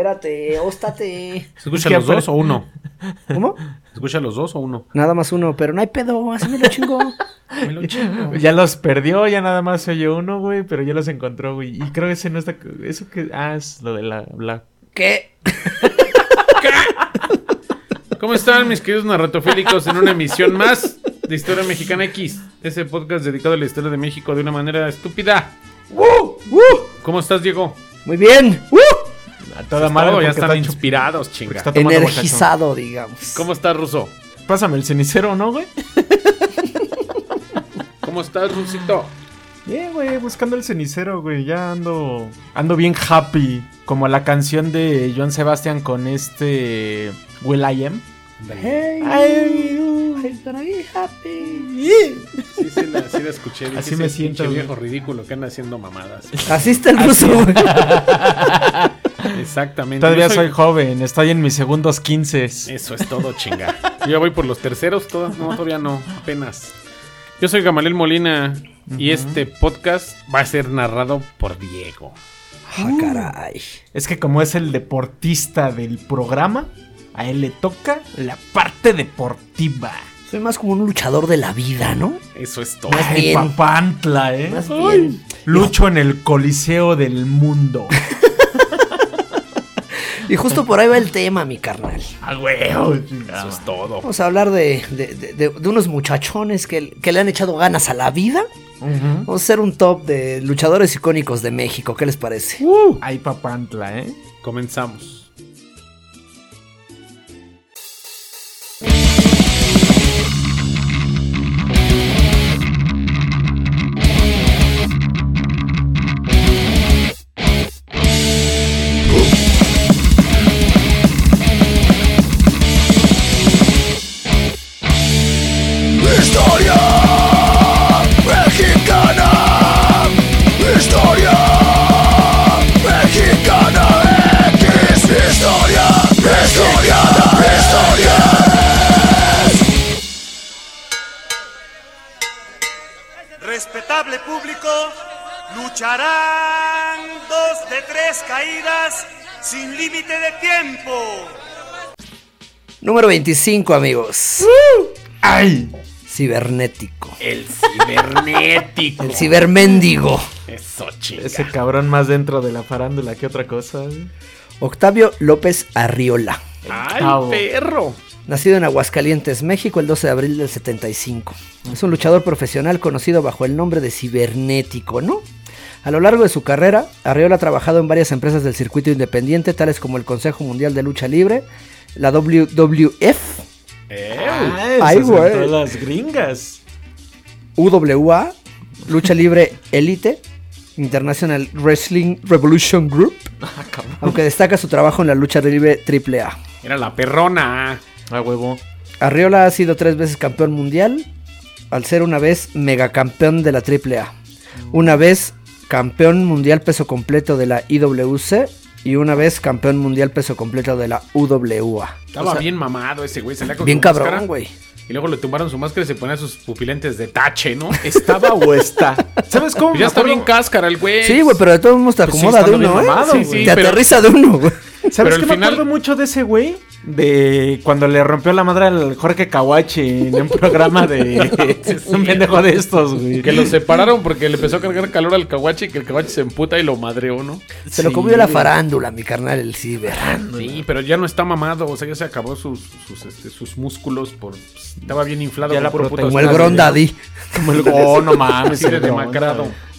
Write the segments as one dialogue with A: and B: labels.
A: Espérate, óstate.
B: ¿Se escuchan
C: ¿Qué
B: los dos o
C: apre-
B: uno?
A: ¿Cómo?
B: ¿Se escuchan los dos o uno?
A: Nada más uno, pero no hay pedo, así me lo chingo.
B: Me lo chingo, güey.
C: Ya los perdió, ya nada más se oye uno, güey, pero ya los encontró, güey. Y creo que ese no está. Eso que. Ah, es lo de la. la-
A: ¿Qué?
B: ¿Cómo están mis queridos narratofílicos en una emisión más de Historia Mexicana X? Ese podcast dedicado a la historia de México de una manera estúpida.
A: ¡Woo! ¡Woo!
B: ¿Cómo estás, Diego?
A: Muy bien. ¡Woo!
C: A toda
B: Pues
C: madre.
B: todo,
C: porque
B: ya están
C: está chup-
B: inspirados,
C: porque
B: chinga.
C: está tomando
A: Energizado, digamos.
B: ¿Cómo estás, Ruso?
C: guacacho. Pásame el cenicero, ¿no, güey?
B: ¿Cómo estás, Rusito?
C: Bien, güey, buscando el cenicero, güey. Ya ando. Ando bien happy. Como la canción de Joan Sebastián con este. Will I Am.
A: Hey,
C: Ay, uh.
A: I'm gonna be happy.
B: Sí, sí, la, sí la escuché. Dije,
C: Así me
B: "Ese pinche
C: siento, güey".
B: viejo ridículo que anda haciendo mamadas.
A: Así está el ruso, güey.
B: Exactamente.
C: Todavía
B: Yo
C: soy... joven, estoy en mis segundos 15.
B: Eso es todo, chinga. Yo ya voy por los terceros, todas. No, todavía no, apenas. Yo soy Gamaliel Molina y este podcast va a ser narrado por Diego.
A: Ah, caray.
C: Es que como es el deportista del programa, a él le toca la parte deportiva.
A: Soy más como un luchador de la vida, ¿no?
B: Eso es todo.
A: Más
C: Ay,
A: bien.
C: papantla, eh.
A: Más
C: Ay.
A: bien.
C: Lucho en el coliseo del mundo.
A: Y justo por ahí va el tema, mi carnal.
C: A huevo,
A: Ah.
B: Eso
C: chingada.
B: es todo.
A: Vamos a hablar de, de- de- de- de unos muchachones que, que le han echado ganas a la vida.
C: Ujú.
A: Vamos a hacer un top de luchadores icónicos de México. ¿Qué les parece?
C: Ay, Uh, papantla, eh.
B: Comenzamos.
D: Respetable público, lucharán dos de tres caídas sin límite de tiempo.
A: Número 25, amigos.
C: Ay.
A: Cibernético.
B: El cibernético.
A: El cibermendigo.
B: Eso, chinga.
C: Ese cabrón más dentro de la farándula que otra cosa. eh.
A: Octavio López Arriola.
B: ¡Ay,
C: Octavo.
B: perro!
A: Nacido en Aguascalientes, México, el 12 de abril del 75. Es un luchador profesional conocido bajo el nombre de Cibernético, ¿no? A lo largo de su carrera, Arriola ha trabajado en varias empresas del circuito independiente, tales como el Consejo Mundial de Lucha Libre, la WWF,
B: Ah.
C: Ay,
A: Ay,
C: se sentó
A: güey.
C: Ah, las gringas.
A: UWA, Lucha Libre Elite, International Wrestling Revolution Group, aunque destaca su trabajo en la lucha libre AAA.
B: Era la perrona.
C: A huevo.
A: Arriola ha sido tres veces campeón mundial, al ser una vez megacampeón de la AAA, una vez campeón mundial peso completo de la IWC y una vez campeón mundial peso completo de la UWA.
B: Estaba
A: O sea,
B: bien mamado ese güey. Salía con
A: bien
B: su
A: cabrón,
B: máscara,
A: güey.
B: Y luego le tumbaron su máscara y se ponía sus pupilentes de tache, ¿no? Pues
C: Estaba o está. ¿Sabes cómo?
B: ya
C: me
B: está
C: acuerdo?
B: bien cáscara el güey.
A: Sí, güey, pero de todos modos te
C: Pues sí,
A: acomoda de
C: estando
A: uno, ¿eh?
C: bien mamado,
A: Sí,
C: güey.
A: te
B: Sí, pero-
A: aterriza de uno, güey.
C: ¿Sabes
B: Pero
C: qué
B: al
C: me
B: final-
C: acuerdo mucho de ese güey? De cuando le rompió la madre al Jorge Kawachi en un programa de un pendejo de estos, güey.
B: Que lo separaron porque le empezó a cargar calor al kawachi y que el kawachi se emputa y lo madreó, ¿no?
A: Se lo
C: Sí,
A: comió la
C: güey. Pues
A: farándula, mi carnal, el ciber.
B: Sí, pero ya no está mamado, o sea, ya se acabó sus, sus, este, sus músculos por... pues, Estaba bien inflado.
C: Ya
B: con
C: la
B: puro puto
C: proteína
A: Como el
C: Pues,
A: Gron
C: ¿no?
A: Daddy.
C: Como el- Oh, no mames,
B: así de
C: el Ron,
B: demacrado.
C: güey.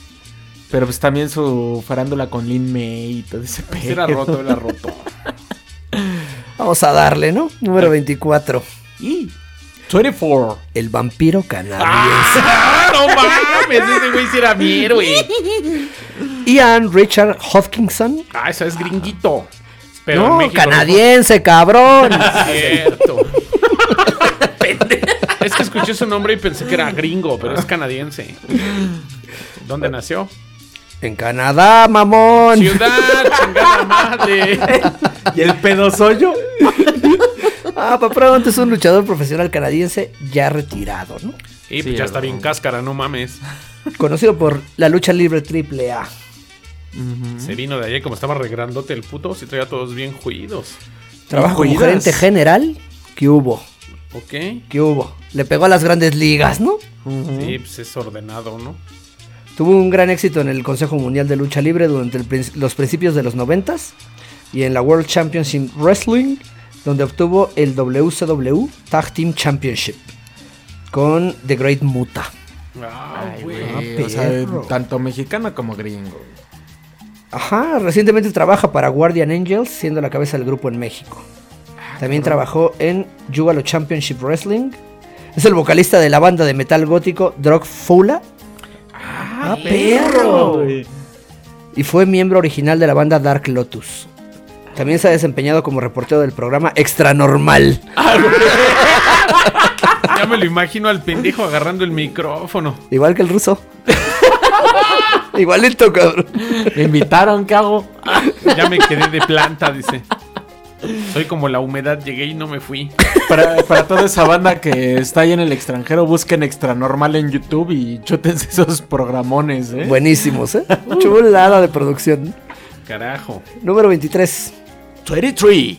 C: Pero pues también su farándula con Lin May y todo ese
B: Sí,
C: pedo.
B: Era roto, era roto.
A: Vamos a darle, ¿no? Número 24.
C: Y 24.
A: El vampiro canadiense.
B: ¡Ah, no mames! Ese güey sí era mi héroe.
A: Ian Richard Hopkinson.
B: Ah, eso es gringuito. Pero en
A: no,
B: México
A: canadiense, cabrón.
B: no es Cierto. es que escuché su nombre y pensé que era gringo, pero es canadiense. ¿Dónde nació?
A: En Canadá, mamón.
B: Ciudad, chingada madre.
C: ¿Y el pedo soy yo?
A: Ah, para pronto es un luchador profesional canadiense ya retirado, ¿no?
B: Y
C: Sí,
B: pues ya está
C: algo.
B: bien cáscara, no mames.
A: Conocido por la lucha libre triple A.
B: Se vino de allá y como estaba regrandote el puto, se traía todos bien juidos.
A: Trabajo como
E: Oídas.
A: gerente general, ¿qué hubo?
B: ¿Ok?
A: ¿Qué hubo? Le pegó a las grandes ligas, ¿no?
B: Sí, pues es ordenado, ¿no?
A: Tuvo un gran éxito en el Consejo Mundial de Lucha Libre durante el prin- los principios de los 90 y en la World Championship Wrestling, donde obtuvo el WCW Tag Team Championship con The Great Muta.
B: Ah, güey.
E: Eh, o sea,
A: perro.
E: tanto mexicano como gringo.
A: Ajá, recientemente trabaja para Guardian Angels, siendo la cabeza del grupo en México. También trabajó en Yugalo Championship Wrestling. Es el vocalista de la banda de metal gótico Drog Fula
E: ¡Ah,
A: perro!
E: güey.
A: y fue miembro original de la banda Dark Lotus. También se ha desempeñado como reportero del programa Extra Normal.
B: Ya me lo imagino al pendejo agarrando el micrófono.
A: Igual que el ruso. Igualito, cabrón.
E: Me invitaron, ¿qué hago?
B: Ya me quedé de planta, dice. Soy como la humedad, llegué y no me fui.
E: Para, para toda esa banda que está ahí en el extranjero, busquen Extra Normal en YouTube y chútense esos programones, ¿eh?
A: Buenísimos, ¿eh? Chulada de producción.
B: Carajo.
A: Número 23.
E: 23.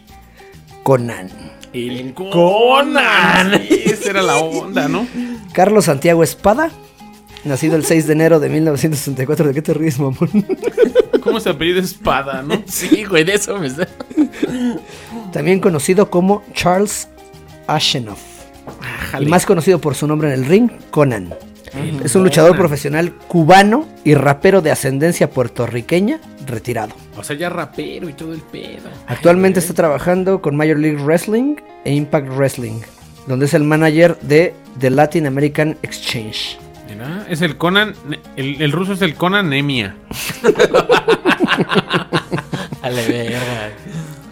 A: Conan.
B: El Conan. Sí, esa era la onda, ¿no?
A: Carlos Santiago Espada. Nacido el 6 de enero de 1964. ¿De qué te ríes, mamón?
B: ¿Cómo se apellida espada, no?
E: Sí, güey, de eso me está.
A: También conocido como Charles Ashenoff.
B: Ájale.
A: El más conocido por su nombre en el ring, Conan. Es un luchador profesional cubano y rapero de ascendencia puertorriqueña, retirado.
B: O sea, ya rapero y todo el pedo.
A: Actualmente está trabajando con Major League Wrestling e Impact Wrestling, donde es el manager de The Latin American Exchange.
B: Mira, es el Conan. El, el ruso es el Conan Nemia.
E: Dale, verga.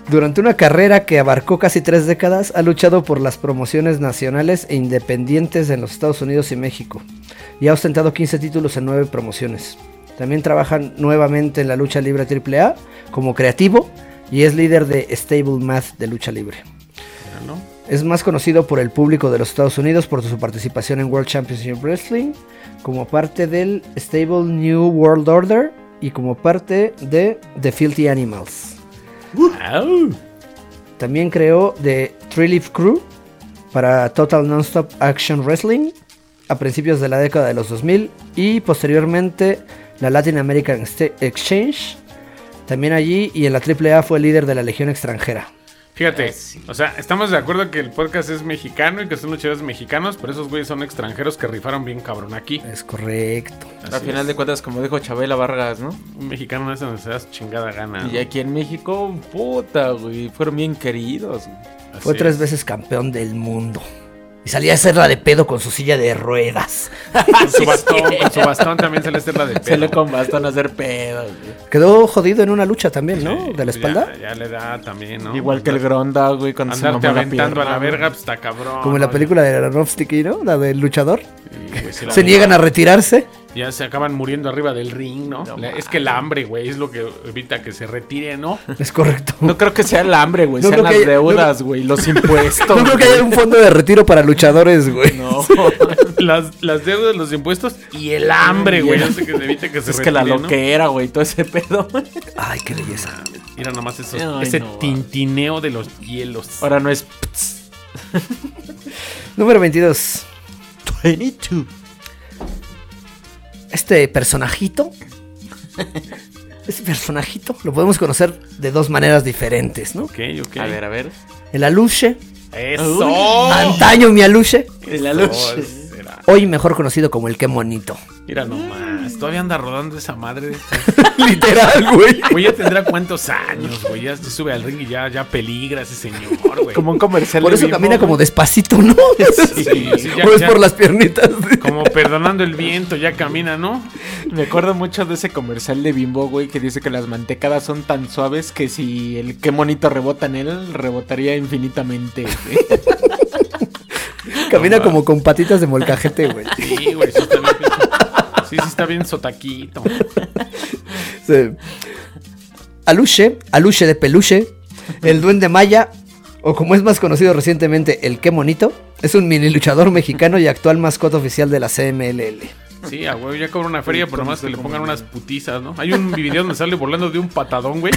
A: Durante una carrera que abarcó casi tres décadas, ha luchado por las promociones nacionales e independientes en los Estados Unidos y México, y ha ostentado 15 títulos en nueve promociones. También trabaja nuevamente en la lucha libre AAA como creativo y es líder de Stable Math de lucha libre.
B: Mira, ¿no?
A: Es más conocido por el público de los Estados Unidos por su participación en World Championship Wrestling, como parte del Stable New World Order y como parte de The Filthy Animals.
B: Au.
A: También creó The Three-Leaf Crew para Total Nonstop Action Wrestling a principios de la década de los 2000 y posteriormente la Latin American Exte- Exchange. También allí y en la AAA fue líder de la Legión Extranjera.
B: Fíjate, o sea, estamos de acuerdo que el podcast es mexicano y que son luchadores mexicanos, pero esos güeyes son extranjeros que rifaron bien cabrón aquí.
A: Es correcto.
B: Así
E: Al final
B: es.
E: de cuentas, como dijo Chabela Vargas, ¿no?
B: Un mexicano no es donde se das chingada gana.
E: Y aquí en México, puta, güey, fueron bien queridos. güey.
B: Así
A: Fue tres
B: es.
A: veces campeón del mundo. Y salía a hacerla de pedo con su silla de ruedas.
B: Con su bastón, con su bastón también se le hace la de pedo.
E: Se le con bastón a hacer pedo, güey.
A: Quedó jodido en una lucha también, ¿no?
B: Sí,
A: de la
B: pues ya-
A: espalda.
B: Ya, le da también, ¿no?
E: Igual que el Gronda, güey, cuando se
B: Andarte
E: mamó la
B: aventando
E: pierna,
B: a la
E: güey.
B: verga, pues está cabrón.
A: Como en la
B: ¿no?
A: película de Aronofsky, ¿no? La del luchador.
B: Y, güey, sí, la
A: Se
B: neta,
A: niegan a retirarse.
B: Ya se acaban muriendo arriba del ring, ¿no?
E: No
B: La- es que el hambre, güey, es lo que evita que se retire, ¿no?
A: Es correcto.
E: No creo que sea el hambre, güey,
A: No
E: sean
A: creo
E: las
A: que haya-
E: deudas, güey, los impuestos.
A: No creo que
E: güey.
A: haya un fondo de retiro para luchadores, güey.
E: No,
B: Las, las deudas, los impuestos y el hambre, güey. Es que se evita que Pues se
E: es
B: retire,
E: que la
B: ¿no?
E: loquera, güey, todo ese pedo.
A: Ay, qué belleza.
B: Mira nomás eso,
E: Ay,
B: ese
E: no.
B: tintineo de los hielos.
E: Ahora no es
A: Número 22.
E: 22.
A: Este personajito. Este personajito lo podemos conocer de dos maneras diferentes, ¿no?
B: Ok, ok.
E: A ver, a ver.
A: El aluche.
B: ¡Eso!
A: Antaño mi aluche.
E: El aluche.
B: Eso era.
A: Hoy mejor conocido como el que monito.
B: Mira nomás, todavía anda rodando esa madre.
A: Literal, güey.
B: Güey, ya tendrá cuántos años, güey. Ya se sube al ring y ya, ya peligra ese señor, güey.
E: Como un comercial.
A: Por
E: de
A: eso
E: Bimbo,
A: camina como despacito, ¿no?
B: Sí, sí, ya-
A: o es
B: ya-
A: por las piernitas.
B: Como perdonando el viento, ya camina, ¿no?
E: Me acuerdo mucho de ese comercial de Bimbo, güey, que dice que las mantecadas son tan suaves que si el qué monito rebota en él, rebotaría infinitamente. güey.
A: Camina como con patitas de molcajete, güey.
B: Sí, güey, sí está bien. pinche- Sí, sí está bien sotaquito.
A: Sí. Aluche, Aluche de peluche, el duende maya, o como es más conocido recientemente, el qué monito, es un mini luchador mexicano y actual mascota oficial de la CMLL.
B: Sí, a huevo, ya cobra una feria, pero nomás que le pongan unas putizas, ¿no? Hay un video donde sale volando de un patadón, güey,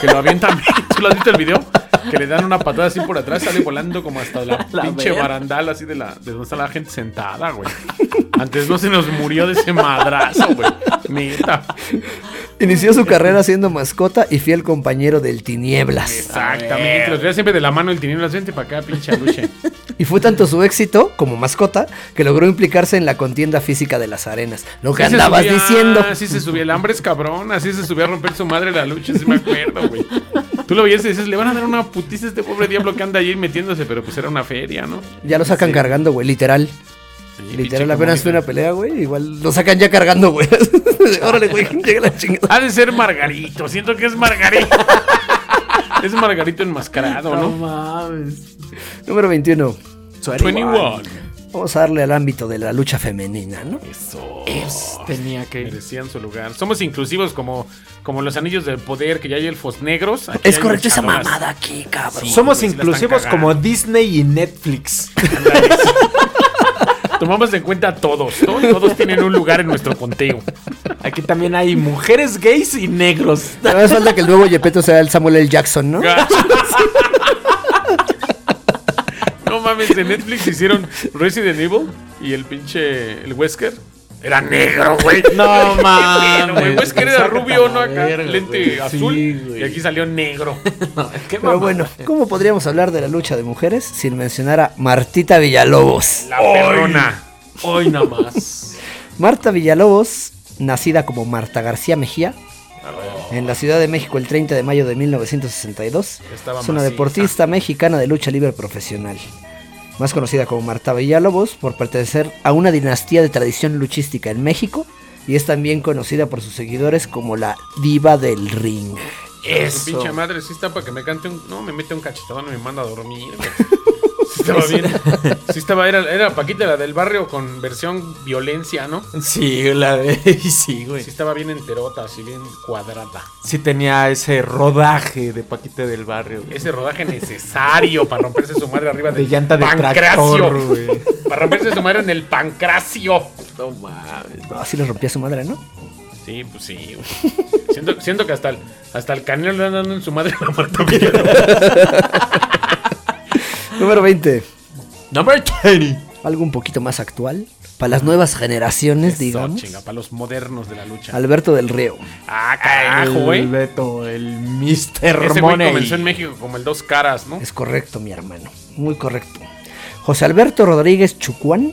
B: que lo avientan. ¿Tú lo has visto el video? Que le dan una patada así por atrás, sale volando como hasta la,
C: La
B: pinche
C: verga.
B: barandal, así de, la, de donde está la gente sentada, güey. Antes no se nos murió de ese madrazo, güey. Neta.
A: Inició su carrera siendo mascota y fiel compañero del Tinieblas.
B: Exactamente. Los veía siempre de la mano el tinieblas. Vente para acá, pinche aluche.
A: Y fue tanto su éxito como mascota que logró implicarse en la contienda física de las arenas. Lo que
B: Sí se
A: andabas
B: subía,
A: diciendo.
B: Así se subía el hambre, es cabrón. Así se subía a romper su madre la lucha, sí me acuerdo, güey. Tú lo veías y dices, le van a dar una putiza a este pobre diablo que anda allí metiéndose, pero pues era una feria, ¿no?
A: Ya lo sacan cargando, güey, literal.
B: Pinche
A: Literal, apenas fue
B: comunidad.
A: una pelea, güey. Igual lo sacan ya cargando, güey. Órale, güey, llega la chingada.
B: Ha de ser Margarito, siento que es Margarito. es Margarito enmascarado,
C: No
B: ¿no?
C: mames.
A: Número 21.
B: 21.
A: Vamos a darle al ámbito de la lucha femenina, ¿no?
B: Eso.
E: Tenía que.
B: Merecían su lugar. Somos inclusivos como, como los anillos del poder, que ya hay elfos negros. aquí
A: Es
B: hay
A: correcto esa
B: luchadoras.
A: mamada aquí, cabrón.
E: Somos
B: güey, sí la
E: inclusivos
B: están
E: como
B: cagando.
E: Disney y Netflix.
B: Tomamos en cuenta a todos, ¿no? Todos tienen un lugar en nuestro conteo.
E: Aquí también hay mujeres gays y negros.
A: Nada más falta que el nuevo Yepeto sea el Samuel L. Jackson, ¿no?
B: No mames, de Netflix hicieron Resident Evil y el pinche el Wesker. Era negro, güey.
C: No
B: Pero, güey, pues,
C: mames.
B: Wesker era
C: Sácate
B: rubio,
C: a la
B: ¿no? Acá,
C: verga,
B: lente
C: güey.
B: azul.
C: Sí,
B: y
C: güey.
B: aquí salió negro.
C: Qué
A: Pero
C: mamada.
A: bueno, ¿cómo podríamos hablar de la lucha de mujeres sin mencionar a Martita Villalobos?
B: La perrona.
C: Hoy nada más.
A: Marta Villalobos, nacida como Marta García Mejía, en la Ciudad de México el 30 de mayo de 1962,
B: Estaba
A: es una
B: maciza.
A: deportista mexicana de lucha libre profesional. Más conocida como Marta Villalobos por pertenecer a una dinastía de tradición luchística en México y es también conocida por sus seguidores como la diva del ring.
B: Su pinche madre sí está para que me cante un. No, me mete un cachetadón y me manda a dormir. güey. Sí estaba bien. Sí estaba, era, era Paquita la del barrio con versión violencia, ¿no?
E: Sí, la de. Sí, güey.
B: Sí estaba bien enterota, así bien cuadrada.
E: Sí tenía ese rodaje de Paquita del Barrio. güey.
B: Ese rodaje necesario para romperse su madre arriba
E: De
B: del
E: llanta de tractor, güey.
B: Para romperse su madre en el pancracio.
C: No mames.
A: Así Ah, le rompía su madre, ¿no?
B: Sí, pues sí. güey. Siento, siento que hasta el, hasta el canelo le andan dando en su madre a Marta Villalobos.
A: Número 20.
C: Number 20.
A: Algo un poquito más actual. Para las nuevas generaciones,
B: Eso,
A: digamos.
B: chinga, para los modernos de la lucha.
A: Alberto del Río.
B: Ah, carajo,
E: El
B: güey.
E: Beto, el Mr.
B: Ese güey
E: Money.
B: comenzó en México como el dos caras, ¿no?
A: Es correcto, mi hermano. Muy correcto. José Alberto Rodríguez Chucuán,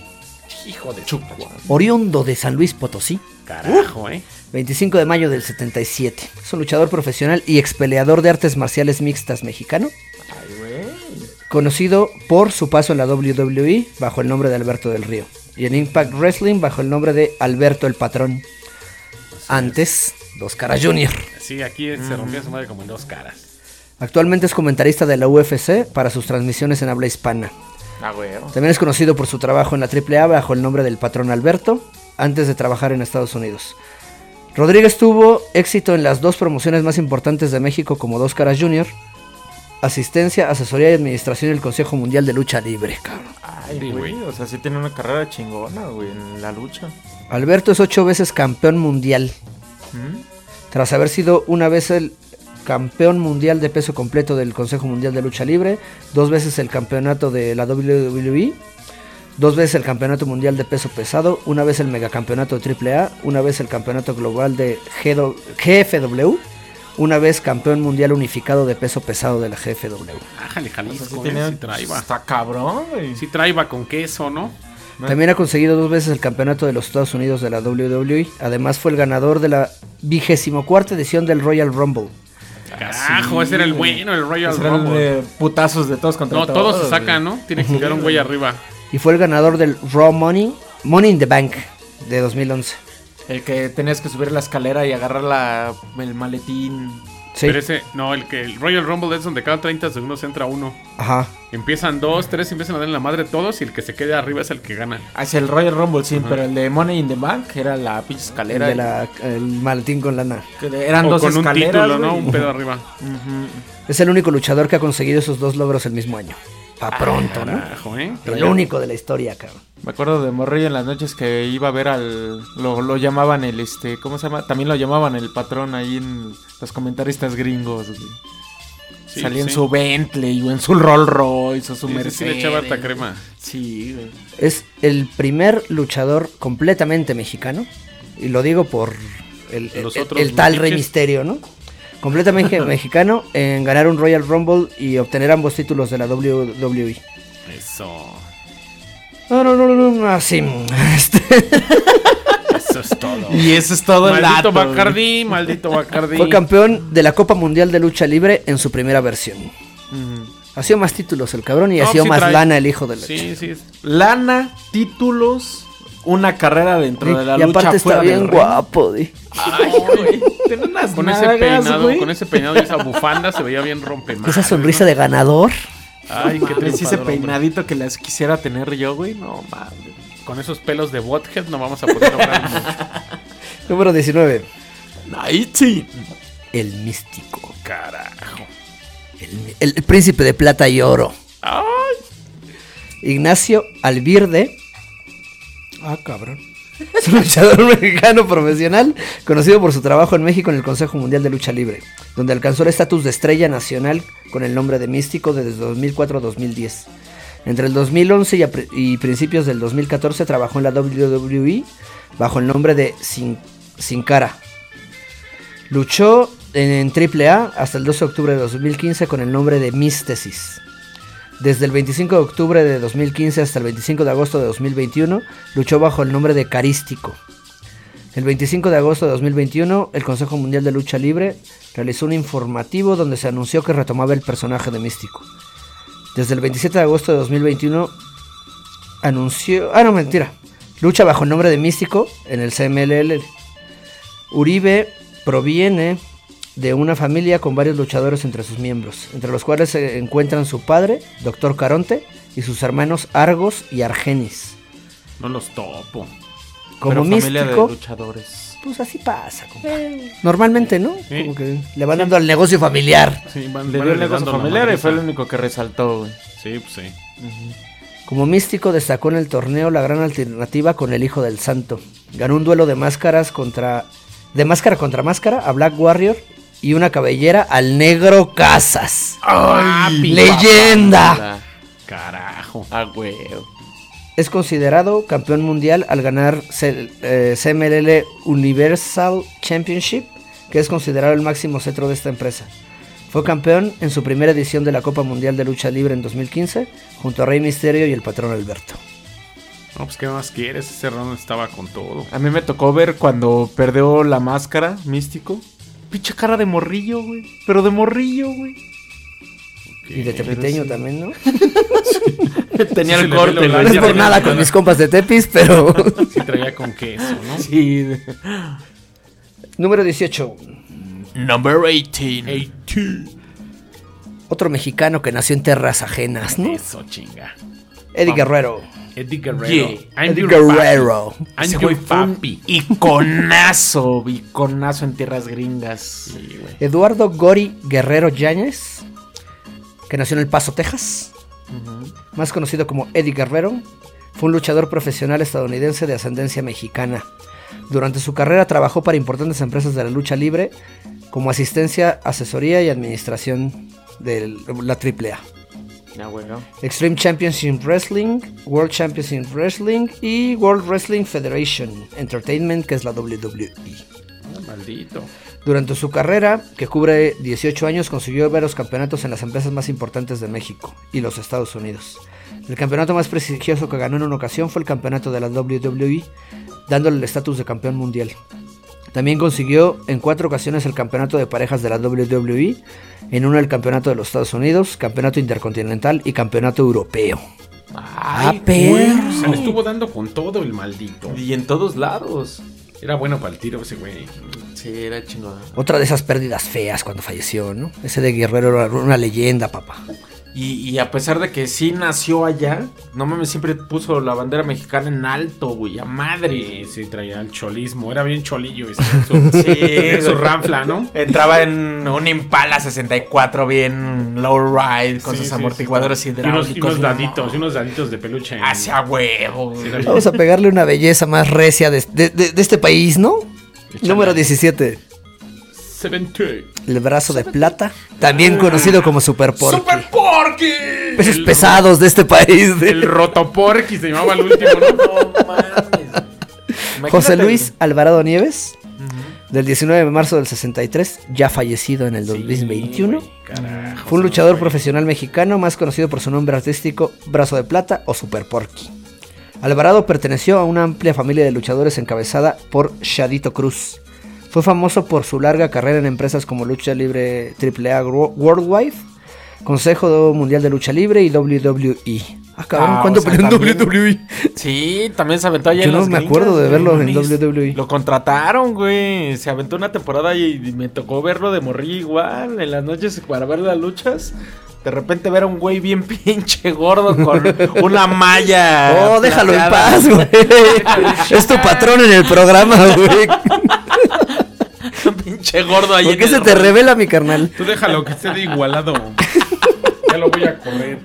B: Hijo de chupa.
A: oriundo de San Luis Potosí.
B: Carajo, eh.
A: 25 de mayo del 77. Es un luchador profesional y expeleador de artes marciales mixtas mexicano. Conocido por su paso en la WWE bajo el nombre de Alberto del Río. Y en Impact Wrestling bajo el nombre de Alberto el Patrón. Antes, Dos Caras Jr.
B: Sí, aquí se rompió su madre como el dos caras.
A: Actualmente es comentarista de la UFC para sus transmisiones en habla hispana.
E: Ah, güey.
A: También es conocido por su trabajo en la AAA bajo el nombre del patrón Alberto, antes de trabajar en Estados Unidos. Rodríguez tuvo éxito en las dos promociones más importantes de México como Dos Caras Jr., asistencia, asesoría y administración del Consejo Mundial de Lucha Libre, cabrón.
E: Ay,
B: Sí,
E: güey.
B: güey.
E: O sea, sí tiene una carrera chingona, güey, en la lucha.
A: Alberto es ocho veces campeón mundial,
E: ¿Mm?
A: tras haber sido una vez el campeón mundial de peso completo del Consejo Mundial de Lucha Libre, dos veces el campeonato de la WWE, dos veces el campeonato mundial de peso pesado, una vez el megacampeonato de AAA, una vez el campeonato global de GW GFW, una vez campeón mundial unificado de peso pesado de la GFW.
B: Ájale,
E: O sea, sí
B: Jalisco, eh,
E: tiene-
B: sí traiba.
E: Está cabrón, güey.
B: Sí traiba con queso, ¿no?
A: También ha conseguido dos veces el campeonato de los Estados Unidos de la WWE. Además fue el ganador de la vigésimo cuarta edición del Royal Rumble.
B: Carajo, ese era el bueno, el Royal
E: Serán
B: Rumble.
E: de putazos de todos contra
B: No,
E: todos.
B: todos se sacan, ¿no? Tiene que llegar un güey arriba.
A: y fue el ganador del Raw Money, Money in the Bank de 2011.
E: El que tenías que subir la escalera y agarrar la, el maletín.
A: Sí.
B: Pero ese, no, el que el Royal Rumble es donde cada 30 segundos entra uno.
A: Ajá.
B: Empiezan dos, tres, empiezan a dar en la madre todos y el que se quede arriba es el que gana.
E: Hacia el Royal Rumble, sí, pero el de Money in the Bank era la pinche
A: El,
E: escalera.
A: de la, el maletín con lana.
E: que eran
B: o
E: dos
B: con un
E: escaleras.
B: título, ¿no?
E: güey.
B: Un pedo arriba.
A: Es el único luchador que ha conseguido esos dos logros el mismo año. Pa' pronto, ¿no?
B: Carajo, ¿eh?
A: El único de la historia, cabrón.
E: Me acuerdo de Morrillo en las noches que iba a ver al. Lo, lo llamaban el este. ¿Cómo se llama? También lo llamaban el patrón ahí en los comentaristas gringos, güey.
B: Sí,
E: Salía en
B: sí.
E: su Bentley o en su Rolls Royce o su
B: Sí, sí,
E: Mercedes.
B: sí, le echaba harta crema.
E: Sí, güey.
A: Es el primer luchador completamente mexicano. Y lo digo por el, el-
B: Los
A: el-
B: otros
A: el tal Rey
B: metiches.
A: Misterio, ¿no? Completamente mexicano en ganar un Royal Rumble y obtener ambos títulos de la WWE.
B: Eso.
A: No, no, no, no, no, así. este,
B: Eso es todo.
E: Y eso es todo el
B: maldito
E: dato. güey.
B: Bacardi, maldito Bacardi.
A: fue campeón de la Copa Mundial de Lucha Libre en su primera versión.
E: Ujú.
A: Hacía más títulos el cabrón y
B: No,
A: hacía
B: sí
A: más
B: trae.
A: lana el hijo de la
B: Sí, sí.
E: Lana, títulos, una carrera dentro de la
A: Y
E: lucha.
A: aparte está
E: fuera del
A: bien
E: ring.
A: guapo, di.
E: Ay, güey. Tiene unas
B: Con ese
E: nalgas,
B: peinado,
E: güey.
B: con ese peinado y esa bufanda se veía bien rompemadre.
A: Esa sonrisa de ganador.
B: Ay,
E: Mames,
B: qué
E: ese
B: triunfador, hombre.
E: peinadito que las quisiera tener yo, güey. No mames.
B: Con esos pelos de bothead no vamos a poder hablar mucho.
A: Número 19.
C: 19.
A: El místico.
B: Carajo.
A: El, el- el príncipe de plata y oro.
B: Ay,
A: Ignacio Alvirde. Ah, cabrón. Es un luchador mexicano profesional conocido por su trabajo en México en el Consejo Mundial de Lucha Libre, donde alcanzó el estatus de estrella nacional con el nombre de místico desde 2004 a 2010. Entre el 2011 y, a pri- y principios del 2014 trabajó en la WWE bajo el nombre de Sin, Sin Cara. Luchó en AAA hasta el 12 de octubre de 2015 con el nombre de Místesis. Desde el 25 de octubre de 2015 hasta el 25 de agosto de 2021 luchó bajo el nombre de Carístico. El 25 de agosto de 2021 el Consejo Mundial de Lucha Libre realizó un informativo donde se anunció que retomaba el personaje de Místico. Desde el 27 de agosto de 2021 anunció... Ah, no, mentira. Lucha bajo el nombre de Místico en el CMLL. Uribe proviene de una familia con varios luchadores entre sus miembros, entre los cuales se encuentran su padre, Doctor Caronte, y sus hermanos Argos y Argenis.
B: no los topo.
A: Como
E: Pero familia de
A: místico,
E: luchadores.
A: pues así pasa, compa. Normalmente, ¿no?
B: Sí.
A: Como que le van dando al negocio familiar.
B: Sí, van,
E: Le dio
B: van
E: el
B: heredando
E: negocio
B: la
E: familiar y
B: madriza.
E: fue el único que resaltó, güey.
B: Sí, pues sí.
A: Como místico destacó en el torneo la gran alternativa con el hijo del santo. Ganó un duelo de máscaras contra. de máscara contra máscara a Black Warrior y una cabellera al negro Casas.
B: ¡Ay!
A: ¡Leyenda!
B: Ah, Carajo.
C: Ah, güey.
A: Es considerado campeón mundial al ganar C- eh, CMLL Universal Championship, que es considerado el máximo cetro de esta empresa. Fue campeón en su primera edición de la Copa Mundial de Lucha Libre en 2015, junto a Rey Misterio y el patrón Alberto.
B: No, pues, ¿qué más quieres? Ese Ron estaba con todo.
E: A mí me tocó ver cuando perdió la máscara, místico. Pinche cara de morrillo, güey. Pero de morrillo, güey.
A: Y de Tepiteño también, ¿no?
C: Tenía
B: Sí, se
C: el
B: le ve
C: corte,
B: lo
C: güey.
A: No es
B: ya
A: por
B: tenía
A: nada
B: la
A: con
B: cara.
A: mis compas de Tepis, pero...
B: Sí traía con queso, ¿no?
E: Sí. de-
A: Número 18.
C: Number 18.
B: Ey, tú.
A: Otro mexicano que nació en tierras ajenas, ¿no?
B: Eso, chinga.
A: Eddie Guerrero.
B: Eddie Guerrero.
C: Yeah.
B: I'm
A: Eddie
B: your
A: Guerrero.
B: papi. I'm
E: Ese
B: your
E: güey fue un
B: papi.
E: Iconazo, iconazo en tierras gringas.
A: Eduardo Gori Guerrero Yáñez, que nació en El Paso, Texas, más conocido como Eddie Guerrero, fue un luchador profesional estadounidense de ascendencia mexicana. Durante su carrera trabajó para importantes empresas de la lucha libre como asistencia, asesoría y administración de la AAA.
E: Ah, güey, ¿no?
A: Extreme Championship Wrestling, World Championship Wrestling y World Wrestling Federation Entertainment, que es la E. WWE.
B: Ah, Maldito.
A: Durante su carrera, que cubre 18 años, consiguió varios campeonatos en las empresas más importantes de México y los Estados Unidos. El campeonato más prestigioso que ganó en una ocasión fue el campeonato de la WWE, dándole el estatus de campeón mundial. También consiguió en cuatro ocasiones el campeonato de parejas de la WWE, en uno el campeonato de los Estados Unidos, campeonato intercontinental y campeonato europeo.
C: Ay,
A: perro.
B: Se le estuvo dando con todo el maldito.
C: Y en todos lados.
B: Era bueno para el tiro ese güey.
C: Sí, era chingón.
A: Otra de esas pérdidas feas cuando falleció, ¿no? Ese de Guerrero era una leyenda, papá.
C: Y, y a pesar de que sí nació allá, no mames, siempre puso la bandera mexicana en alto, güey, a madre.
B: Sí, sí, traía el cholismo. Era bien cholillo ese. Su, tenía su ranfla, ¿no?
C: Entraba en un Impala 64 bien low ride con
B: Sí,
C: sus
B: sí,
C: amortiguadores
B: sí, está.
C: hidráulicos. Ah,
B: Y unos, y unos
C: mamón.
B: daditos, y unos daditos de peluche. en-
C: Hacia huevo. güey.
B: Sí, era bien-
A: Vamos a pegarle una belleza más recia de, de- de- de este país, ¿no? Número 17.
B: 70.
A: El brazo de plata, también conocido como Super Porky.
B: ¡Super Porky!
A: Peces
B: Ah. El-
A: pesados de este país.
B: El Rotoporky se llamaba el último, ¿no?
C: No mames, güey.
A: José
C: Imagínate,
A: Luis Alvarado Nieves, del 19 de marzo del 63, ya fallecido en el 2021.
B: Sí, güey, carajo,
A: Fue un
B: se
A: luchador
B: nos fue.
A: profesional mexicano, más conocido por su nombre artístico Brazo de Plata o Super Porky. Alvarado perteneció a una amplia familia de luchadores encabezada por Shadito Cruz. Fue famoso por su larga carrera en empresas como Lucha Libre AAA Gro- Worldwide, Consejo Mundial de Lucha Libre y WWE. Ah, cabrón,
C: Ah,
A: ¿cuándo
C: o sea,
A: peleó en E?
C: también-
A: WWE?
C: Sí, también se aventó allá
A: Yo
C: en
A: no
C: las
A: me
C: gringas,
A: acuerdo de
C: güey,
A: verlo
C: no
A: en E.
C: mames.
A: WWE.
C: Lo contrataron, güey. Se aventó una temporada y y me tocó verlo de morrillo igual. En las noches para ver las luchas. De repente ver a un güey bien pinche gordo con una malla.
A: Oh, déjalo en
C: plateada.
A: paz, güey. es tu patrón en el programa, güey.
C: Un pinche gordo ahí.
A: ¿Por
C: en
A: qué
C: el
A: se te
C: ring.
A: revela mi carnal?
B: Tú déjalo que esté de igualado. ya lo voy a correr.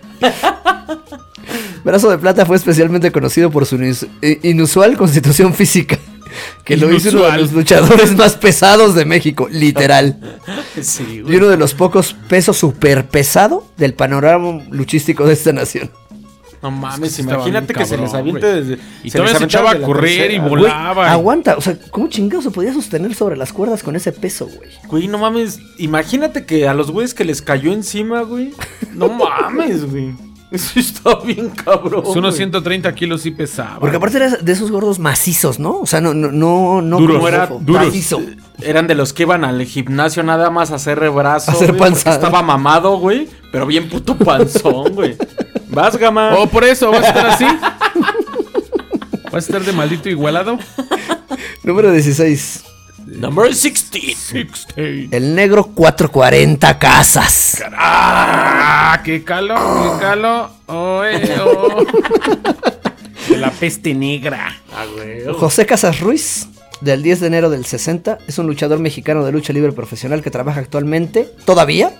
A: Brazo de Plata fue especialmente conocido por su inus- i- inusual constitución física, que lo hizo uno de
B: Inusual.
A: los luchadores más pesados de México, literal.
C: Sí,
A: Y
C: güey.
A: uno de los pocos pesos super pesado del panorama luchístico de esta nación.
C: No mames,
B: Es que sí estaba
C: imagínate
B: bien
C: que se
B: cabrón,
C: les aviente
B: güey.
C: desde.
B: Y
C: les
B: todavía se
C: aventaba
B: echaba
C: de
B: a
C: la
B: correr y
C: tercera.
B: volaba. Volaba.
A: Güey, aguanta, o sea, ¿cómo chingado se podía sostener sobre las cuerdas con ese peso, güey?
C: Güey, no mames. Imagínate que a los güeyes que les cayó encima, güey. No mames, güey. Eso está bien cabrón.
B: Pues unos
C: güey.
B: 130 kilos sí pesaba.
A: Porque aparte era de esos gordos macizos, ¿no? O sea, no, no, no, no
B: Duros,
A: como
B: era
A: fofo,
B: duros.
A: macizo.
C: Eran de los que iban al gimnasio nada más a hacer rebrazo.
A: A hacer
C: güey, porque
A: panza.
C: Estaba mamado, güey. Pero bien puto panzón, güey. Vas, gama.
B: Oh, por eso, ¿vas a estar así? ¿Vas a estar de maldito igualado?
A: Número 16.
C: Number 16.
A: El negro 440 casas.
B: ¡Ah! ¡Qué calo! ¡Qué calo! ¡Oh, eh, oh! De pues, la peste negra.
A: José Casas Ruiz, del 10 de enero del 60, es un luchador mexicano de lucha libre profesional que trabaja actualmente, todavía,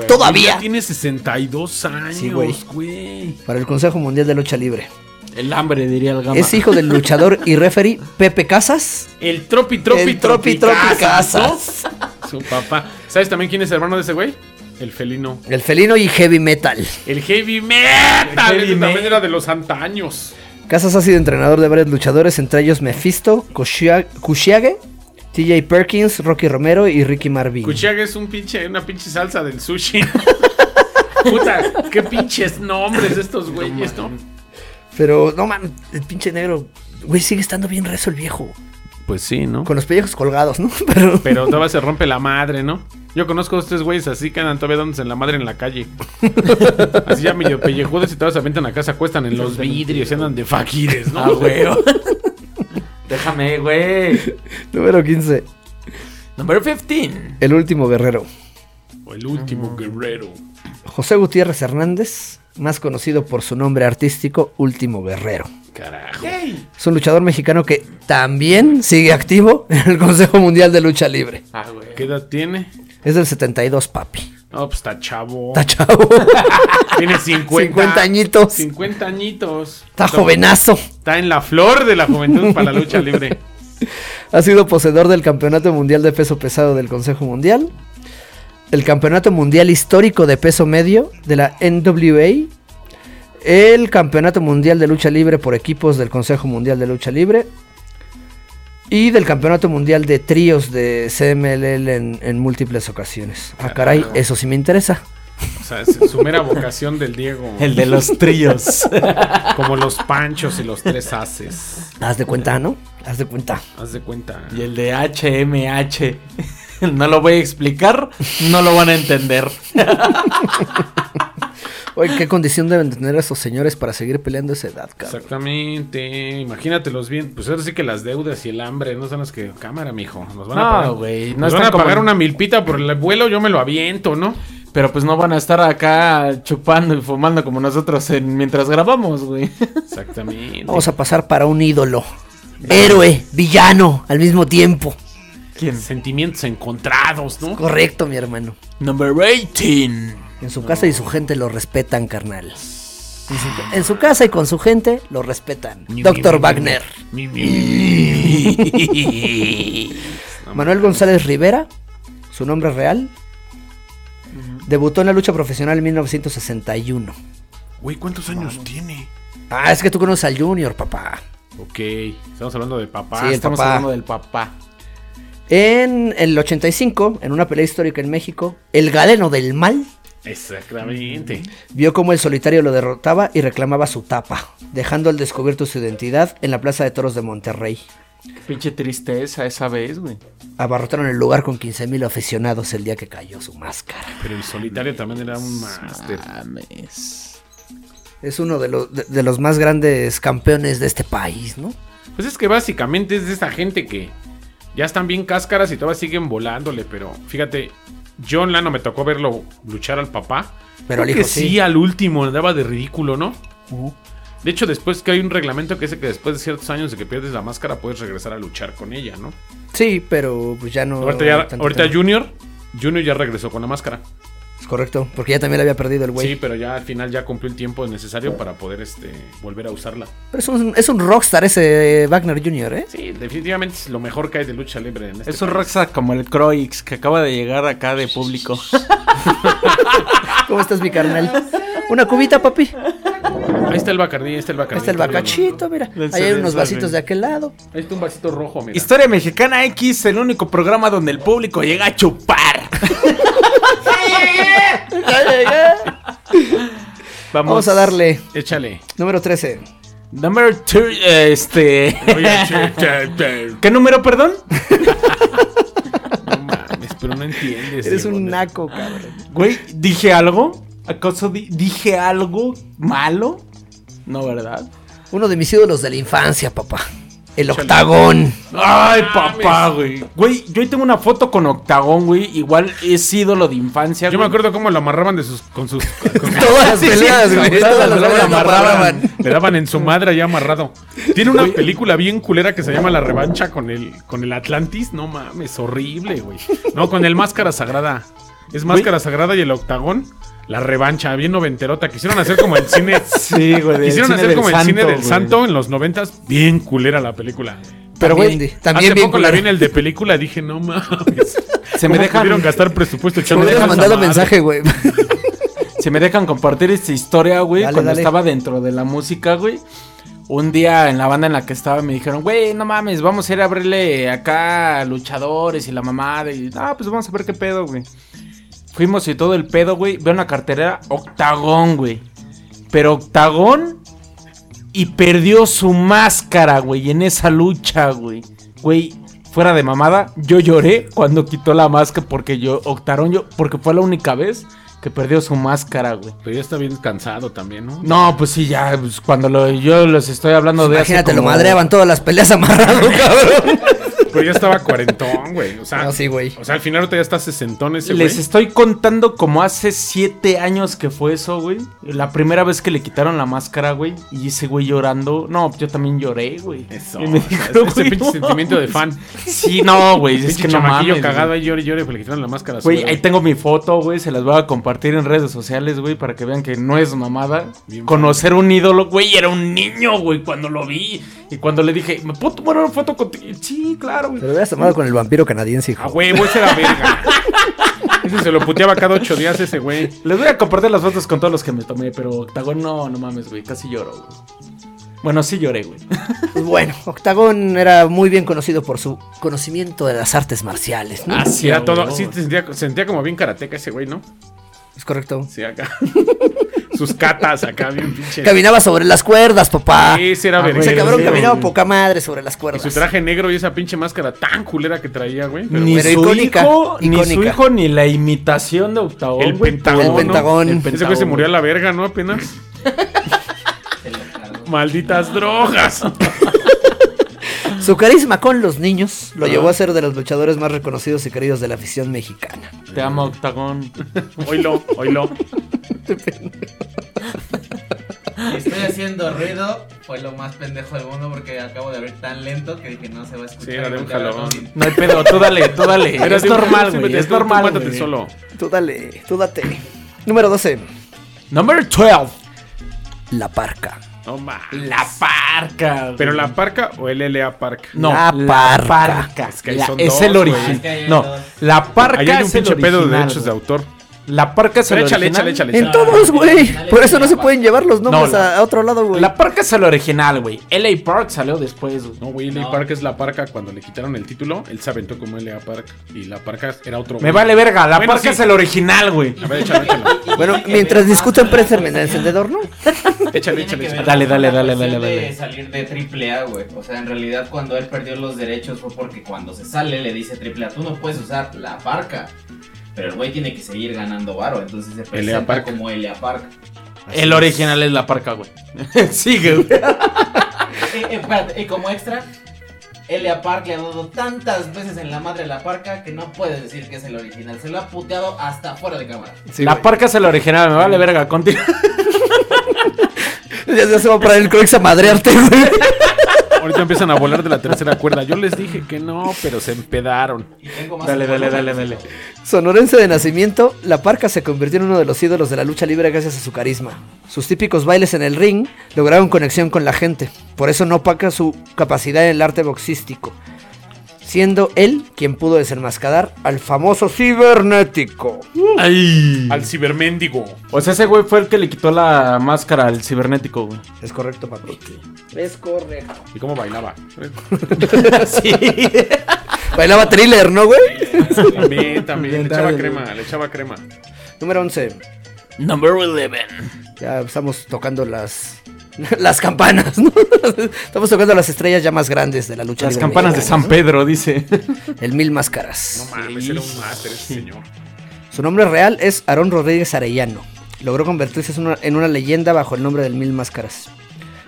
B: Ya
A: todavía,
B: tiene 62 años,
A: Sí, güey.
B: güey.
A: para el Consejo Mundial de Lucha Libre.
C: El hambre, diría el gama.
A: Es hijo del luchador y referee Pepe Casas.
B: El tropi, tropi,
A: el Tropi Tropi Casas.
B: Su papá. ¿Sabes también quién es hermano de ese güey? El felino.
A: El felino y heavy metal.
B: El heavy metal.
C: El heavy
B: ese
C: metal.
B: también era de los antaños.
A: Casas ha sido entrenador de varios luchadores, entre ellos Mephisto, Kushia- Kushiage, TJ Perkins, Rocky Romero y Ricky Marvin.
B: Kuchiaga es un pinche, una pinche salsa del sushi. Puta, qué pinches nombres de estos güeyes, ¿no?
A: Pero no man, el pinche negro, güey, sigue estando bien rezo el viejo.
B: Pues sí, ¿no?
A: Con los pellejos colgados, ¿no? Pero
B: Pero todavía se rompe la madre, ¿no? Yo conozco a dos tres güeyes así que andan todavía dándose en la madre en la calle. así ya medio pellejudos y todavía se aventan acá, se acuestan en los vidrios y andan de faquires, ¿no?
C: Ah, güey. Déjame, güey.
A: número 15,
C: Number 15.
A: el último guerrero.
B: O el último guerrero.
A: José Gutiérrez Hernández, más conocido por su nombre artístico Último Guerrero.
B: Carajo.
A: Es un luchador mexicano que también sigue activo en el Consejo Mundial de Lucha Libre.
C: Ah, güey.
B: ¿Qué edad tiene?
A: Es del 72, papi.
B: No, pues está chavo.
A: Está chavo.
B: Tiene 50,
A: 50 añitos.
B: 50 añitos.
A: Está jovenazo.
B: Está en la flor de la juventud para la lucha libre.
A: Ha sido poseedor del Campeonato Mundial de Peso Pesado del Consejo Mundial. El Campeonato Mundial Histórico de Peso Medio de la NWA. El Campeonato Mundial de Lucha Libre por equipos del Consejo Mundial de Lucha Libre. Y del Campeonato Mundial de Tríos de CMLL en, en múltiples ocasiones. Ah, caray, eso sí me interesa.
B: O sea, es su mera vocación del Diego.
C: El de los tríos.
B: Como los panchos y los tres haces.
A: Haz de cuenta, ¿no? Haz de cuenta.
B: Haz de cuenta.
C: y el de HMH. No lo voy a explicar. No lo van a entender.
A: Oye, ¿qué condición deben tener esos señores para seguir peleando a esa edad, cabrón?
B: Exactamente. Imagínatelos bien. Pues ahora sí que las deudas y el hambre no son las que. Cámara, mijo. Nos van a
C: No,
B: pagar.
C: güey, no
B: Nos
C: están
B: van a
C: como-
B: pagar una milpita por el vuelo, yo me lo aviento, ¿no?
C: Pero pues no van a estar acá chupando y fumando como nosotros en- mientras grabamos, güey.
B: Exactamente.
A: Vamos a pasar para un ídolo. Héroe, villano, al mismo tiempo.
B: Sentimientos encontrados, ¿no?
A: Correcto, mi hermano.
C: Number 18.
A: En su casa y su gente lo respetan, carnal. En su, en su casa y con su gente lo respetan. Doctor Wagner.
B: Mi, mi.
A: Manuel González Rivera, su nombre real, debutó en la lucha profesional en 1961.
B: Güey, ¿cuántos años tiene?
A: Ah, es que tú conoces al Junior, papá.
B: Ok, estamos hablando de papá.
A: Sí, el
C: Estamos
A: papá.
C: hablando del papá.
A: En el 85, en una pelea histórica en México, el galeno del mal
B: Exactamente.
A: vio cómo el solitario lo derrotaba y reclamaba su tapa, dejando al descubierto su identidad en la Plaza de Toros de Monterrey.
C: Qué pinche tristeza esa vez, güey.
A: Abarrotaron el lugar con 15.000 aficionados el día que cayó su máscara.
B: Pero el solitario también era un máster.
C: Mames.
A: Es uno de los, de- de los más grandes campeones de este país, ¿no?
B: Pues es que básicamente es de esa gente que ya están bien cáscaras y todavía siguen volándole, pero fíjate, John Lano me tocó verlo luchar al papá.
A: Pero al
B: Creo
A: hijo
B: que sí,
A: sí. Uh.
B: al último andaba de ridículo, ¿no? De hecho, después que hay un reglamento que dice que después de ciertos años de que pierdes la máscara puedes regresar a luchar con ella, ¿no?
A: Sí, pero pues ya no.
B: ahorita ya-
A: tanto
B: ahorita
A: tema.
B: Junior, Junior ya regresó con la máscara.
A: Es correcto, porque ya también la había perdido el güey.
B: Sí, pero ya al final ya cumplió el tiempo necesario para poder este, volver a usarla.
A: Pero es un, es un rockstar ese Wagner Jr., ¿eh?
B: Sí, definitivamente es lo mejor que hay de lucha libre en este
C: Es un
B: país.
C: rockstar como el Croix que acaba de llegar acá de público.
A: ¿Cómo estás, mi carnal? Una cubita, papi. Ahí
B: Ahí está el Bacardí, ahí está el Bacardí.
A: está el bacachito, mira. Ahí hay unos vasitos de aquel lado.
B: Ahí está un vasito rojo, mira.
C: Historia Mexicana X, el único programa donde el público llega a chupar.
A: Vamos a darle
B: Échale.
A: número 13.
C: Number two, eh, este. ¿Qué número, perdón?
B: no mames, pero no entiendes.
A: Eres
B: Diego,
A: un
B: ¿no?
A: naco, cabrón.
C: Güey, ¿dije algo? ¿Acaso di- dije algo malo? No, ¿verdad?
A: Uno de mis ídolos de la infancia, papá. El octagón.
C: Ay,
B: Ah,
C: papá, güey. Güey, yo ahí tengo una foto con Octagón, güey. Igual es ídolo de infancia.
B: Yo me
C: güey.
B: acuerdo cómo lo amarraban de sus, con sus. con-
A: Todas las
C: Sí, sí,
A: peleas,
C: sí,
A: güey.
C: todas
A: Todas
C: las
A: las
C: peleas
A: peleas
C: lo
A: amarraban.
C: amarraban.
B: Le daban en su madre ya amarrado. Tiene una película bien culera que se llama La Revancha con el, con el Atlantis. No mames, horrible, güey. No, con el Máscara Sagrada. Es Máscara Sagrada y el Octagón. La Revancha, bien noventerota. Quisieron hacer como el cine.
C: Sí, güey. del
B: Quisieron
C: cine
B: hacer
C: del
B: como el cine del
C: güey.
B: santo en los noventas. Bien culera la película.
C: Pero,
A: También
C: güey,
A: de- también
B: Hace
A: bien
B: poco la vi
A: culero.
B: en el de película y dije, no mames.
C: Se me
B: ¿Cómo
C: dejan-
B: pudieron gastar presupuesto
A: Te
B: echando
A: hubieras
B: esa
A: mandado
B: madre?
A: mensaje, güey.
C: Si me dejan compartir esta historia, güey,
A: Dale,
C: cuando
A: dale.
C: estaba dentro de la música, güey. Un día en la banda en la que estaba me dijeron, güey, no mames, vamos a ir a abrirle acá a luchadores y la mamada. Y, ah, pues vamos a ver qué pedo, güey. Fuimos y todo el pedo, güey. Veo una carterera octagón, güey. Pero octagón y perdió su máscara, güey, en esa lucha, güey. Güey, fuera de mamada, yo lloré cuando quitó la máscara porque yo, octagón, yo, porque fue la única vez que perdió su máscara, güey.
B: Pero ya está bien cansado también, ¿no?
C: No, pues sí, ya, pues, cuando lo- yo les estoy hablando de hace
A: Imagínate, lo
C: como-
A: madreaban todas las peleas amarrado, cabrón.
B: Pero ya estaba cuarentón, güey. O sea,
A: No, sí, güey.
B: o sea, al final ahorita ya está sesentón ese güey.
C: Les estoy contando como hace siete años que fue eso, güey. La primera vez que le quitaron la máscara, güey. Y ese güey llorando. No, yo también lloré, güey.
B: Eso.
C: Y me
B: o sea,
C: dijo,
B: ese
C: güey,
B: pinche
C: no
B: sentimiento de
C: mames.
B: fan.
C: Sí, no, güey. es
B: Pinche
C: que no
B: chamaquillo
C: mames.
B: cagado
C: güey.
B: ahí llore y llore, pero le quitaron la máscara. a su
C: Güey,
B: bebé.
C: ahí tengo mi foto, güey. Se las voy a compartir en redes sociales, güey, para que vean que no es mamada.
B: Bien
C: Conocer un ídolo, güey, era un niño, güey, cuando lo vi. Y cuando le dije, ¿me puedo tomar una foto contigo? Sí, claro, güey.
A: Te lo hubieras tomado con el vampiro canadiense,
B: A
A: hijo.
B: huevo, ese era verga. Ese se lo puteaba cada ocho días ese güey.
C: Les voy a compartir las fotos con todos los que me tomé, pero Octagón no, no mames, güey, casi lloro, güey. Bueno, sí lloré, güey.
A: Pues bueno, Octagón era muy bien conocido por su conocimiento de las artes marciales, ¿no?
C: Así
B: Era todo. Ah, Sí, te sentía, sentía como bien karateca ese güey, ¿no?
A: Es correcto.
B: Sí, acá. Sus catas acá, bien pinche.
A: Caminaba sobre las cuerdas, papá.
B: Ese era
C: Ah, güey,
A: Ese
B: verguero,
A: cabrón
B: sí,
A: caminaba
B: güey.
A: poca madre sobre las
B: Y
A: cuerdas.
B: su traje negro y esa pinche máscara tan culera que traía, güey. pero
C: Ni
B: bueno.
A: Pero
C: su
A: icónica,
C: hijo, ni su
A: icónica.
C: hijo, ni la imitación de Octagón,
B: El
C: güey,
B: Pentagón,
C: pudo,
A: El
C: ¿no?
A: Pentagón.
C: El
A: Ese
B: Ese güey se
C: Pentagón,
B: murió a la verga, ¿no? Apenas. Malditas drogas.
A: Su carisma con los niños lo llevó a ser de los luchadores más reconocidos y queridos de la afición mexicana.
C: Te amo, Octagón.
B: Oilo, oilo.
D: Si estoy haciendo ruido, fue lo más pendejo del mundo porque acabo de abrir tan lento que dije no se va a escuchar.
B: Sí, era de un
D: Ahorita
B: jalón.
D: hablamos y-
C: No hay pedo, tú dale, tú dale.
B: Era
C: es
B: de un-
C: normal,
B: sí,
C: güey.
B: vete,
C: Es
B: tú- tú
C: normal.
B: mátate
C: güey.
B: solo.
A: Tú dale, tú date. Número 12.
C: Number 12.
A: La parca.
B: No ma.
C: La parca. güey.
B: Pero la parca o LLA Park.
C: No,
A: La
C: la,
A: Parca.
C: parca.
B: Es que ahí
C: La-
B: son
C: es
B: dos,
C: el
B: güey.
C: origen.
D: Es que ahí hay
C: No,
D: dos.
C: la parca
B: Ahí hay un
C: es el
B: pinche pedo de
C: original,
B: derechos de
C: güey.
B: autor.
C: La parca es el
B: Pero échale,
C: original.
B: échale, échale,
A: En
B: échale.
A: todos, güey.
D: dale,
A: Por eso no
D: la
A: se
D: parca.
A: pueden llevar los nombres
C: No, la-
A: a, a otro lado, güey.
C: La parca es el original, güey. LA Park salió después, güey.
B: No, güey, LA
D: No.
B: Park es la parca. Cuando le quitaron el título, él se aventó como LA Park. Y la parca era otro. güey.
C: Me vale verga, la
B: Bueno, sí.
C: parca es el original, güey.
B: A ver, échale, échale.
A: Bueno,
D: Tiene que
A: mientras
D: ver-
A: discuten, préstame el encendedor, ¿no?
B: Échale,
D: tiene que
B: échale,
D: ver
B: échale.
D: más
C: Dale, dale,
D: con la
C: dale,
D: cuestión
C: dale,
D: de
C: dale.
D: salir de triple A, güey. O sea, en realidad cuando él perdió los derechos fue porque cuando se sale le dice triple A, tú no puedes usar la parca. Pero el güey tiene que seguir ganando varo, entonces se presenta
B: Park.
D: como LA Park.
C: El original es la parca, güey. Sigue, güey.
D: Eh, eh, espérate, y como extra, LA Park le ha dado tantas veces en la madre a la parca que no puedes decir que es el original. Se lo ha puteado hasta fuera de cámara.
A: Sí,
C: la
A: güey.
C: parca es el original, me vale verga. Continúa.
A: Ya, ya se va a parar el Croix a madrearte, güey.
B: Ahorita empiezan a volar de la tercera cuerda. Yo les dije que no, pero se empedaron.
D: Y tengo más
C: Dale, dale,
D: información
C: dale,
D: de
C: dale.
D: eso.
A: Sonorense de nacimiento, La Parca se convirtió en uno de los ídolos de la lucha libre gracias a su carisma. Sus típicos bailes en el ring lograron conexión con la gente, por eso no opaca su capacidad en el arte boxístico, siendo él quien pudo desenmascarar al famoso cibernético.
C: Ay.
B: Al ciberméndigo.
C: O sea, Pues ese güey fue el que le quitó la máscara al cibernético, güey.
A: Es correcto, papi. Es correcto.
B: ¿Y cómo bailaba?
C: Sí.
A: Bailaba thriller, ¿no, güey?
B: También, también. Le echaba crema, le echaba crema.
A: Número 11.
C: Number 11.
A: Ya estamos tocando las. Las campanas, ¿no? Estamos tocando las estrellas ya más grandes de la lucha.
C: Las
A: libre
C: campanas de
A: mexicana,
C: San Pedro, dice.
A: ¿no? El Mil Máscaras.
B: No mames, era un máster ese señor.
A: Su nombre real es Aarón Rodríguez Arellano. Logró convertirse en una, en una leyenda bajo el nombre del Mil Máscaras.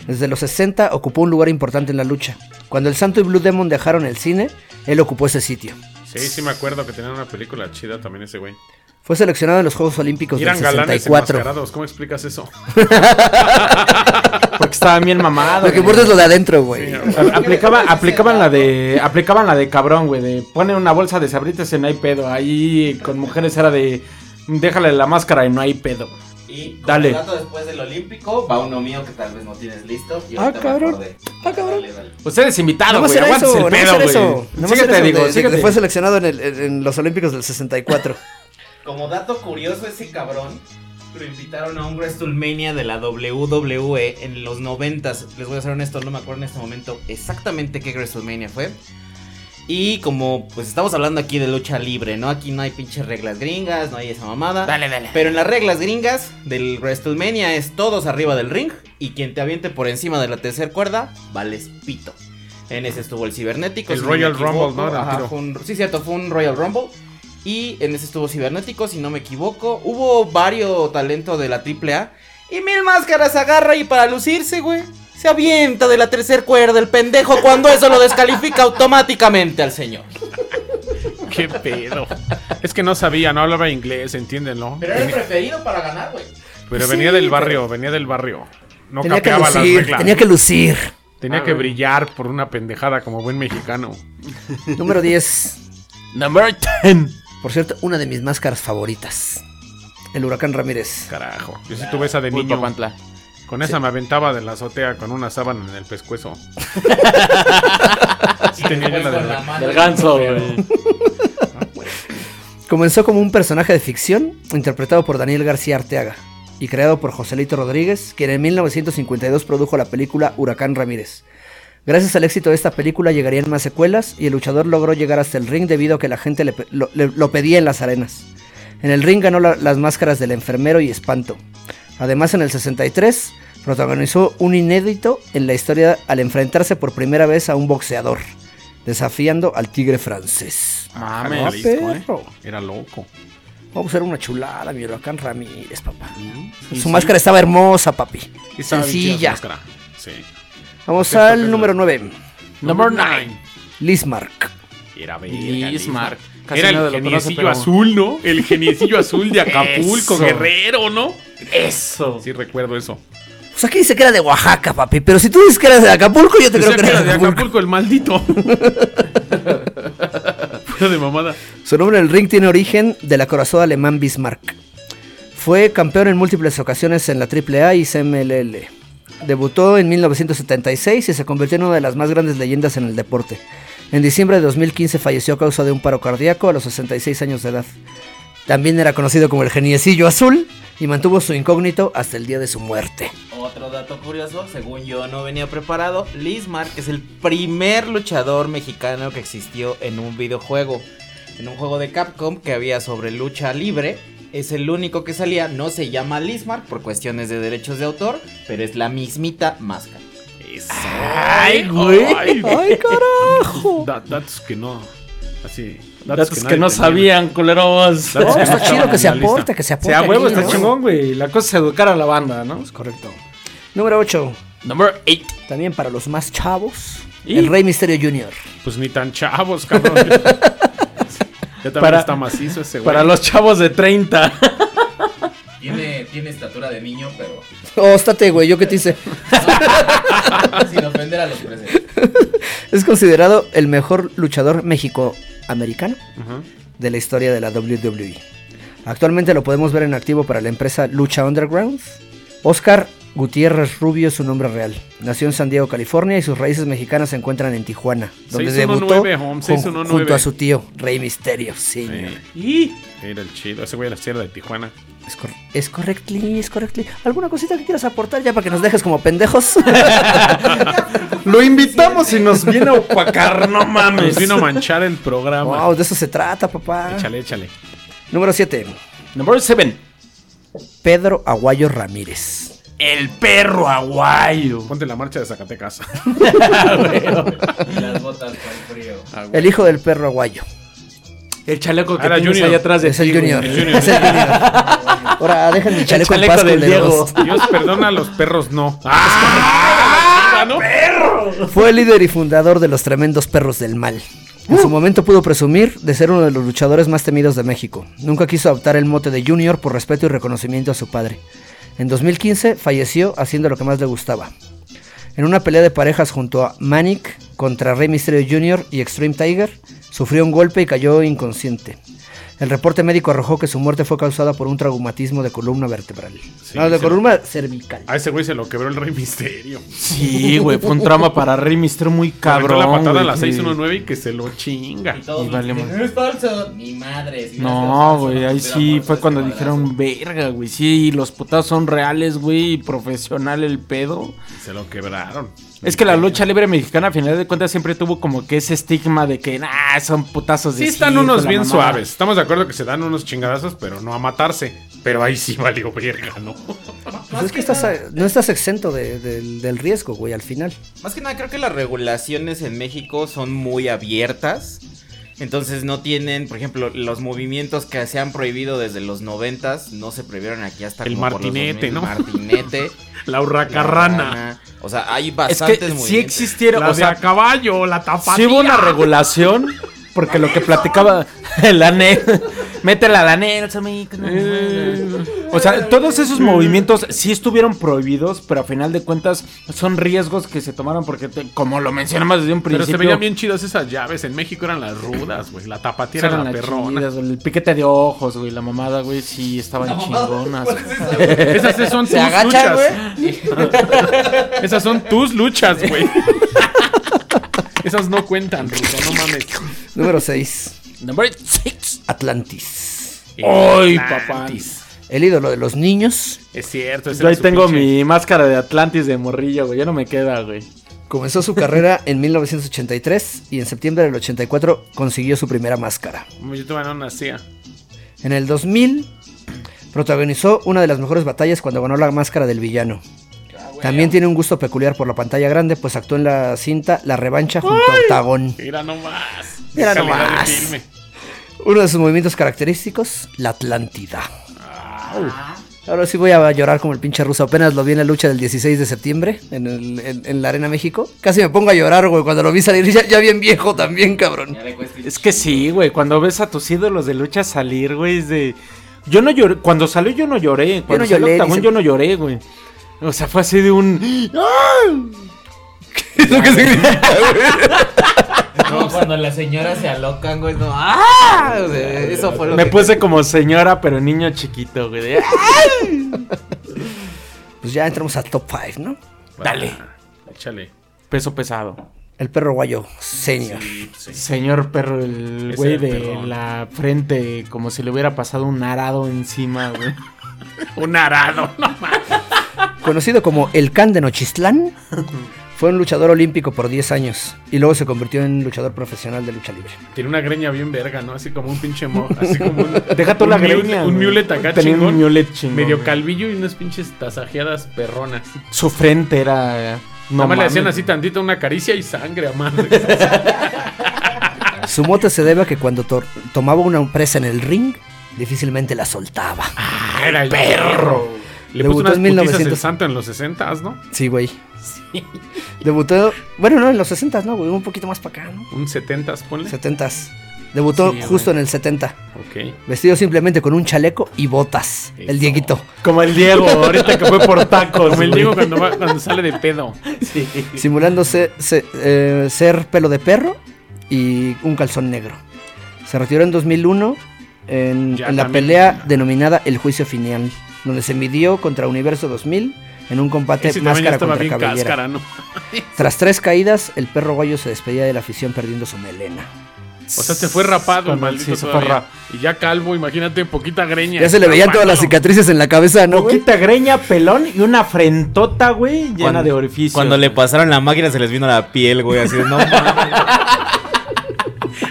A: Desde los 60 ocupó un lugar importante en la lucha. Cuando el Santo y Blue Demon dejaron el cine, él ocupó ese sitio.
B: Sí, sí me acuerdo que tenían una película chida también ese güey.
A: Fue seleccionado en los Juegos Olímpicos
B: Y
A: del
B: eran galanes
A: 64.
B: enmascarados. ¿Cómo explicas eso?
C: Porque estaba bien mamado.
A: Lo que
C: güey.
A: importa es lo de adentro, güey.
C: A- Aplicaba, aplicaban la de aplicaban la de cabrón, güey, de pone una bolsa de sabritas y no hay pedo. Ahí con mujeres era de déjale la máscara y no hay pedo.
D: Y como
C: Dale.
D: dato después del Olímpico, va uno mío que tal vez no tienes listo. y
A: Ah,
D: ahorita me
A: cabrón.
D: acordé.
A: Ah, cabrón.
D: Dale, dale.
C: Ustedes
A: No
C: invitados,
A: más
C: Pues güey,
A: era
C: aguantes
A: eso,
C: el
A: no más
C: pedo,
A: era
C: güey.
A: eso. No más era
C: Síguete,
A: eso
C: digo,
A: de- de-
C: síguete.
A: de- Fue seleccionado en, el- en- en los Olímpicos del 64.
D: Como dato curioso, ese cabrón lo invitaron a un WrestleMania de la WWE en los 90. Les voy a ser honesto, no me acuerdo en este momento exactamente qué WrestleMania fue. Y como pues estamos hablando aquí de lucha libre, ¿no? Aquí no hay pinches reglas gringas, no hay esa mamada.
C: Dale, dale.
D: Pero en las reglas gringas del WrestleMania es todos arriba del ring y quien te aviente por encima de la tercera cuerda, vales pito. En ese estuvo el cibernético.
B: El
D: no me
B: Royal
D: equivoco.
B: Rumble, ¿no? Del
D: Ajá,
B: tiro.
D: fue un- sí, cierto, fue un Royal Rumble. Y en ese estuvo cibernético, si no me equivoco. Hubo varios talentos de la AAA. Y Mil Máscaras agarra y para lucirse, güey. Se avienta de la tercera cuerda el pendejo cuando eso lo descalifica automáticamente al señor.
B: ¿Qué pedo? Es que no sabía, no hablaba inglés, entiéndenlo.
D: Pero era el preferido para ganar, güey.
B: Pero venía del barrio, venía del barrio. No
A: tenía que
B: capeaba las
A: lucir,
B: reglas.
A: tenía que lucir.
B: Tenía que brillar por una pendejada como buen mexicano.
A: Número 10.
C: Number 10.
A: Por cierto, una de mis máscaras favoritas. El huracán Ramírez.
B: Carajo. Yo sí tuve esa de niño.
C: Pantla.
B: Con esa me aventaba de la azotea con una sábana en el pescuezo. sí, tenía yo la de la-
C: Del ganso, güey.
A: Comenzó como un personaje de ficción interpretado por Daniel García Arteaga y creado por Joselito Rodríguez, quien en 1952 produjo la película Huracán Ramírez. Gracias al éxito de esta película llegarían más secuelas y el luchador logró llegar hasta el ring debido a que la gente le pe- lo, le- lo pedía en las arenas. En el ring ganó la- las máscaras del enfermero y espanto. Además en el 63 protagonizó un inédito en la historia al enfrentarse por primera vez a un boxeador, desafiando al tigre francés.
B: Ah,
C: Mames.
B: perro.
A: perro.
B: Era loco.
A: Vamos a hacer una chulada, mi huracán Ramírez, papá. Su máscara estaba hermosa, papi.
B: Y estaba bien chida su
A: Sencilla.
B: máscara. Sí.
A: Vamos
B: Perfecto,
A: al
B: Pedro.
A: número 9.
C: Number 9.
A: Lismark.
B: Era verga,
C: Lismar. Casi
B: Era
C: nadie
B: el
C: lo conoce,
B: geniecillo
C: pero-
B: azul, ¿no? El geniecillo azul de Acapulco,
C: Eso.
B: guerrero, ¿no?
C: Eso.
B: Sí, recuerdo eso.
A: Pues aquí dice que era de Oaxaca, papi. Pero si tú dices que era de Acapulco, yo te
B: Creo
A: creo que era de Acapulco.
B: el maldito. Fuera de mamada.
A: Su nombre en el ring tiene origen del acorazado alemán Bismarck. Fue campeón en múltiples ocasiones en la AAA y CMLL. Debutó en 1976 y se convirtió en una de las más grandes leyendas en el deporte. En diciembre de 2015 falleció a causa de un paro cardíaco a los 66 años de edad. También era conocido como el geniecillo azul y mantuvo su incógnito hasta el día de su muerte.
D: Otro dato curioso, según yo no venía preparado, Lismar es el primer luchador mexicano que existió en un videojuego. En un juego de Capcom que había sobre lucha libre, es el único que salía, no se llama Lismar por cuestiones de derechos de autor, pero es la mismita máscara.
B: Ay, güey. Ay, carajo. datos que no. Así.
C: Datos que,
B: nadie
C: no
B: tenía.
C: sabían, culeros.
B: Datos
A: Oh,
B: que no
A: está chido
B: estaban
A: que
B: en
A: se
B: la lista.
A: aporte, que se
C: Se
A: aporte.
C: a huevo,
A: aquí,
C: está
A: ¿no?
C: chingón, güey. La cosa es educar a la banda, ¿no? Es correcto.
A: Número 8.
C: Number 8.
A: También para los más chavos.
C: Y-
A: El Rey Misterio Jr.
B: Pues ni tan chavos, cabrón. ya también
C: Para-
B: está macizo ese güey.
C: Para los chavos de 30.
D: Tiene, tiene estatura de niño, pero
A: Óstate, güey, yo qué te hice.
D: sin ofender a los presentes.
A: Es considerado el mejor luchador mexicoamericano
B: Ajá.
A: de la historia de la WWE. Actualmente lo podemos ver en activo para la empresa Lucha Underground. Oscar Gutiérrez Rubio es su nombre real. Nació en San Diego, California y sus raíces mexicanas se encuentran en Tijuana, donde
B: 619,
A: debutó
B: home,
A: con-
B: 619.
A: junto a su tío, Rey Misterio Sr.
B: Sí, Era el chido. Ese güey era sierra de Tijuana.
A: Es, cor- es correctly, es correctly. ¿Alguna cosita que quieras aportar ya para que nos dejes como pendejos?
C: Lo invitamos y nos viene a opacar, no mames.
B: Nos vino a manchar el programa.
A: wow, de eso se trata, papá.
B: Échale, échale.
A: Número 7.
C: Number 7.
A: Pedro Aguayo Ramírez.
C: El perro aguayo.
B: Ponte la marcha de Zacatecas.
D: Las botas para el frío.
C: Ah,
A: El hijo del perro aguayo.
C: El chaleco que
B: Ah, Era
C: tienes
B: Junior.
C: ahí atrás de
A: Es el
C: ti, güey.
A: junior.
B: el junior.
A: Es el junior. Ahora, dejen mi chaleco,
C: chaleco
A: en paz,
C: del
A: culeros.
B: Dios perdona a los perros, no. ¡Ah! ¿no?
A: Fue el líder y fundador de los tremendos perros del mal. En su momento pudo presumir de ser uno de los luchadores más temidos de México. Nunca quiso adoptar el mote de Junior por respeto y reconocimiento a su padre. En 2015 falleció haciendo lo que más le gustaba. En una pelea de parejas junto a Manic contra Rey Mysterio Jr. y Extreme Tiger, sufrió un golpe y cayó inconsciente. El reporte médico arrojó que su muerte fue causada por un traumatismo de columna vertebral.
B: Sí,
A: no, de
B: sí.
A: columna cervical.
B: A ese güey se lo quebró el Rey Misterio.
C: Sí, güey, fue un trauma para Rey Mister muy
B: Cabrón.
C: cabrón.
B: la patada a
C: güey.
B: la 619 y que se lo chinga.
C: Y vale más.
D: es falso. Ni madres.
C: No, güey, ahí sí fue cuando dijeron, verga, güey, sí, los putados son reales, güey, y profesional el pedo.
B: Se lo quebraron.
C: Es que la lucha libre mexicana, a final de cuentas, siempre tuvo como que ese estigma de que, nah, son putazos de
B: Sí están
C: circo,
B: unos
C: la
B: bien
C: mamada".
B: suaves. Estamos de acuerdo que se dan unos chingadazos, pero no a matarse. Pero ahí sí valió verga, ¿no?
A: Pues es que estás, a-
C: eh.
A: no estás exento de- del- del riesgo, güey, al final.
D: Más que nada, creo que las regulaciones en México son muy abiertas. Entonces no tienen, por ejemplo, los movimientos que se han prohibido desde los noventas, no se prohibieron aquí hasta
B: El
D: como por los
B: martinete,
D: 2000,
B: ¿no?
D: Martinete,
B: La
D: la
B: hurracarrana.
D: rana. O sea, hay
C: Es
D: bastantes
C: que sí
D: movimientos.
C: existieron,
B: La
C: o
B: de a
C: sea,
B: caballo, la tapatía.
C: sí hubo una regulación, porque lo que platicaba la Nelson, métela a la Nelson, mi- O sea, todos esos movimientos sí estuvieron prohibidos, pero a final de cuentas son riesgos que se tomaron porque, te- como lo mencionamos desde un
B: Pero se
C: principio,
B: veían bien chidas esas llaves. En México eran las rudas, güey. La tapatía era
C: eran
B: la
C: las
B: perrona.
C: chidas, el piquete de ojos, güey, la mamada, güey, sí estaban chingonas.
B: Esas sí son
D: Se
B: tus
D: agachan,
B: luchas.
D: güey.
B: Esas son tus luchas, güey. Esas no cuentan, Ruto, no mames.
A: Número 6.
C: Number six.
A: Atlantis.
C: Ay,
B: Atlantis.
A: El ídolo de los niños.
B: Es cierto, ese
C: Yo
B: era
C: ahí
B: su
C: tengo
B: pinche-
C: mi máscara de Atlantis de morrillo, güey, ya no me queda, güey.
A: Comenzó su carrera en 1983 y en septiembre del 84 consiguió su primera máscara.
B: Yo todavía no nacía.
A: En el 2000 protagonizó una de las mejores batallas cuando ganó la máscara del villano.
C: Ah,
A: También tiene un gusto peculiar por la pantalla grande, pues actuó en la cinta La Revancha junto a Octagón.
B: Mira nomás.
A: Mira
B: Calidad de
A: nomás.
B: filme.
A: Uno de sus movimientos característicos, la Atlántida. Ahora sí voy a llorar como el pinche ruso. Apenas lo vi en la lucha del 16 de septiembre en, el- en- en la Arena México. Casi me pongo a llorar, güey, cuando lo vi salir ya, ya bien viejo también, cabrón.
D: Ya le cuesta
C: Es que sí, güey. Cuando ves a tus ídolos de lucha salir, güey, es de. Yo no lloré. Cuando salió, yo no lloré. Cuando
A: no
C: salió
A: lloré,
C: Octagón,
A: dice-
C: yo no lloré, güey. O sea, fue así de un.
A: Es lo que significa.
D: No, cuando las señoras se alocan, güey, no. ¡Ah! O sea, eso fue lo
C: Me
D: que.
C: puse como señora, pero niño chiquito, güey. de, "Ah".
A: Pues ya entramos a top 5, ¿no?
C: Dale.
B: Échale.
C: Peso pesado.
A: El perro guayo, señor.
C: Señor perro, el
B: Ese
C: güey de
B: perro.
C: la frente, como si le hubiera pasado un arado encima, güey.
B: Un arado. No,
A: Conocido como el Can de Nochistlán, fue un luchador olímpico por 10 años y luego se convirtió en luchador profesional de lucha libre.
B: Tiene una greña bien verga, ¿no? Así como un pinche mo. Así como un,
C: Deja tú
B: un
C: la
B: mule-
C: greña,
B: Un
C: güey.
B: mulet acá
C: Tenía un
B: chingón.
C: mulet chingón,
B: Medio
C: güey.
B: calvillo y unas pinches tasajeadas perronas.
C: Su frente era.
B: Nada más le
C: mames.
B: hacían así tantito una caricia y sangre a madre.
A: Su mote se debe a que cuando tor- tomaba una presa en el ring, difícilmente la soltaba.
B: Ah. Era el perro. Le puso
A: Debutó
B: unas
A: en
B: putizas
A: 1900.
B: el santo en los 60 ¿no?
A: Sí, güey. Debutó, bueno, no, en los 60, ¿no, güey? Un poquito más para acá, ¿no?
B: Un 70s, ponle.
A: 70. Debutó
B: Sí, güey.
A: justo en el 70.
B: Ok.
A: Vestido simplemente con un chaleco y botas.
B: Eso.
A: El Dieguito.
C: Como el Diego, ahorita que fue por tacos.
B: Como el
C: güey.
B: Diego cuando, va- cuando sale de pedo.
A: Simulándose se- eh, ser pelo de perro y un calzón negro. Se retiró en 2001 en,
B: Ya
A: en la
B: también.
A: pelea denominada El Juicio Final, donde se midió contra Universo 2000 en un combate
B: Ese también ya
A: máscara
B: estaba
A: contra
B: bien
A: cabellera.
B: cáscara, ¿no?
A: Tras tres caídas, el perro guayo se despedía de la afición perdiendo su melena.
B: O sea, se fue rapado, el
C: Cuando-
B: maldito
C: sí, se fue
B: todavía.
C: ra-
B: Y ya calvo, imagínate, poquita greña.
A: Ya se le veían todas las
B: Rapado.
A: cicatrices en la cabeza, ¿no? güey?
C: Poquita greña, pelón y una frentota, güey, llena
F: Cuando-
C: de orificios.
F: Cuando le pasaron la máquina se les vino la piel, güey. Así de, no mames.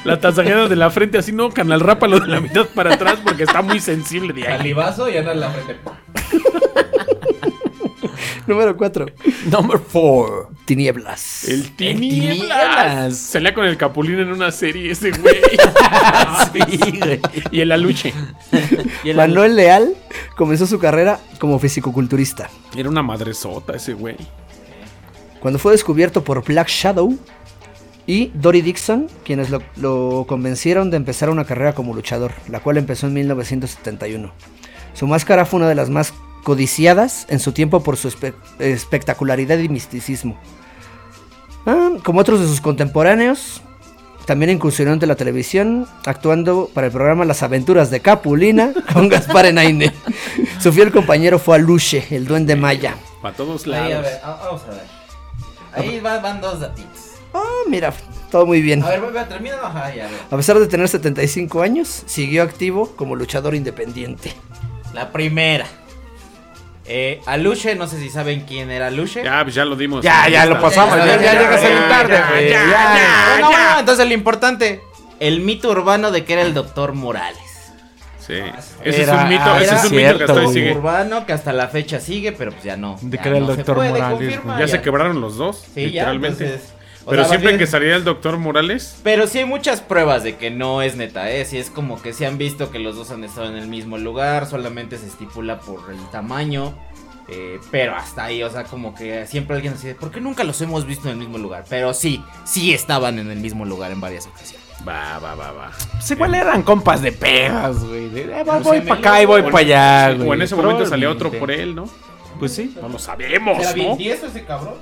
B: La tasajeada de la frente, así no, canal, rápalo de la mitad para atrás porque está muy sensible de ahí.
D: Salivazo y anda en la frente.
A: Número 4.
C: Number 4.
A: Tinieblas.
B: El
C: Tinieblas.
B: tinieblas. Salía con el capulín en una serie ese güey. y el aluche.
A: Manuel Leal comenzó su carrera como fisicoculturista.
B: Era una madresota ese güey.
A: cuando fue descubierto por Black Shadow y Dory Dixon, quienes lo, lo convencieron de empezar una carrera como luchador, la cual empezó en 1971. Su máscara fue una de las más codiciadas en su tiempo por su espe- espectacularidad y misticismo. Ah, como otros de sus contemporáneos, también incursionó ante la televisión, actuando para el programa Las aventuras de Capulina con Gaspar Enaine. Su fiel compañero fue Aluche, el duende maya.
B: Para todos
D: Ahí, a
B: lados.
D: ver, a- vamos a ver. Ahí va- van dos datitos.
A: Ah, mira, todo muy bien.
D: A ver, vuelve, termina. Ajá, ya, a ver.
A: A pesar de tener 75 años, siguió activo como luchador independiente.
D: La primera. Eh, Aluche, no sé si saben quién era Aluche. Eh,
B: Ya, pues ya lo dimos.
C: Ya, ya lo pasamos. Ya, ya llegas ahí
D: ya,
C: tarde,
B: ya,
C: güey.
B: ya,
C: ya.
D: Bueno, bueno, entonces lo importante, el mito urbano de que era el doctor Morales.
B: Sí. Ese es
C: Era-
B: un mito,
C: ah,
B: ese
D: era
B: es un mito que
C: cierto,
B: hasta ahí
C: güey.
B: sigue.
D: urbano que hasta la fecha sigue, pero pues ya no.
C: De
D: ya
C: que era el
D: no se
C: doctor
D: puede
C: Morales,
D: confirmar,
B: Ya se quebraron los dos,
D: Sí, ya,
B: literalmente.
D: entonces, o
B: Pero
D: sea,
B: siempre
D: más
B: que
D: bien-
B: salía el doctor Morales,
D: Pero sí hay muchas pruebas de que no es neta, ¿eh? Sí es como que se han visto que los dos han estado en el mismo lugar, solamente se estipula por el tamaño. eh, pero hasta ahí, o sea, como que siempre alguien dice, ¿por qué nunca los hemos visto en el mismo lugar? Pero sí, sí estaban en el mismo lugar en varias ocasiones.
B: va, va, va, va.
C: Pues igual eran compas de pegas, güey. de, eh,
D: Pues
C: voy
D: se
C: para
D: me
C: acá y voy
B: O en-
C: para allá,
B: sí,
C: güey.
B: O en ese momento salía otro
C: Probablemente.
B: por él, ¿no?
C: Pues sí.
B: No lo sabemos, ¿no?
D: tieso ese cabrón?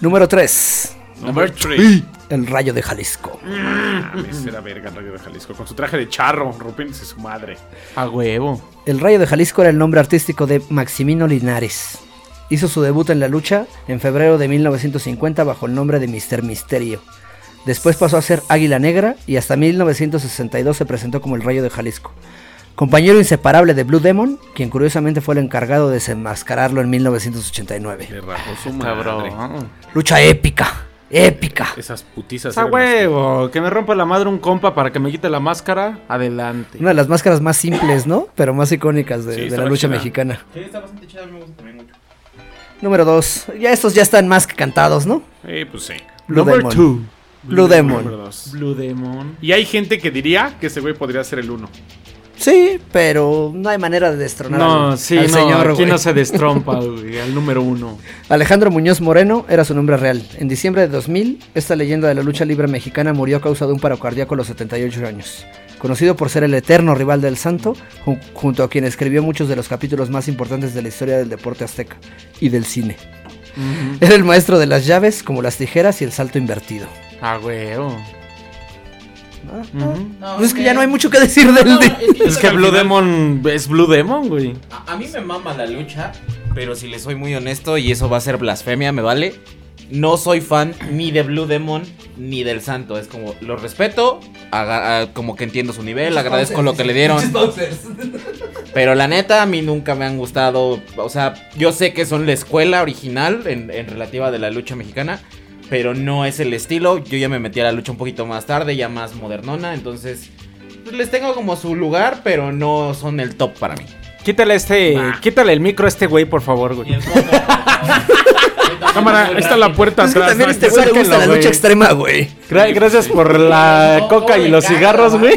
A: Número 3.
B: Number three.
A: El Rayo de Jalisco.
B: Mames, Mm, era verga el Rayo de Jalisco. Con su traje de charro, rompiéndose su madre.
C: A huevo.
A: El Rayo de Jalisco era el nombre artístico de Maximino Linares. Hizo su debut en la lucha en febrero de 1950 bajo el nombre de Mister Misterio. Después pasó a ser Águila Negra y hasta 1962 se presentó como el Rayo de Jalisco. Compañero inseparable de Blue Demon, quien curiosamente fue el encargado de desenmascararlo en 1989.
B: Le rajó su madre.
C: Cabrón.
A: Lucha épica, épica.
B: Esas putizas.
C: A
B: eran las que-
C: huevo. Que me rompa la madre un compa para que me quite la máscara. Adelante.
A: Una de las máscaras más simples, ¿no? Pero más icónicas de,
B: Sí,
A: de la
B: estaba
A: lucha
B: chida.
A: mexicana.
D: Sí, está bastante chido, a mí me gusta también mucho.
A: Número 2. Ya estos ya están más que cantados, ¿no?
B: Eh, pues sí.
A: Blue
C: Number
A: Demon.
C: two.
A: Blue Demon.
B: Número dos.
C: Blue Demon.
B: Y hay gente que diría que ese güey podría ser el uno.
A: Sí, pero no hay manera de destronar
C: No,
A: al,
C: sí,
A: al
C: no,
A: señor,
C: aquí
A: güey.
C: no se destrompa, güey, al número uno.
A: Alejandro Muñoz Moreno era su nombre real. En diciembre de 2000, esta leyenda de la lucha libre mexicana murió a causa de un paro cardíaco a los 78 años. Conocido por ser el eterno rival del santo, ju- junto a quien escribió muchos de los capítulos más importantes de la historia del deporte azteca y del cine. Era el maestro de las llaves, como las tijeras y el salto invertido.
C: Ah, güey. oh.
A: Ah, ah.
C: Ujú.
A: Pues es que ya no hay mucho que decir del...
D: No,
A: de-
D: es que, yo
C: Es que
D: creo-
C: Blue Demon es Blue Demon, güey.
D: a, a mí me mama la lucha, pero si le soy muy honesto y eso va a ser blasfemia, me vale. No soy fan ni de Blue Demon ni del Santo. Es como, lo respeto, aga- a- como que entiendo su nivel, agradezco lo que le dieron. Pero la neta, a mí nunca me han gustado. O sea, yo sé que son la escuela original en, en relativa de la lucha mexicana. Pero no es el estilo. Yo ya me metí a la lucha un poquito más tarde, ya más modernona. Entonces, pues, les tengo como su lugar, pero no son el top para mí.
C: Quítale este, quítale el micro a este güey, por favor, güey.
B: Cámara, ahí está la puerta
A: Es que
B: atrás.
A: también
B: ¿no?
A: a este güey le gusta
C: sáquenlo,
A: la lucha
C: güey.
A: extrema, güey.
C: Gra- gracias por la coca y los cigarros, güey.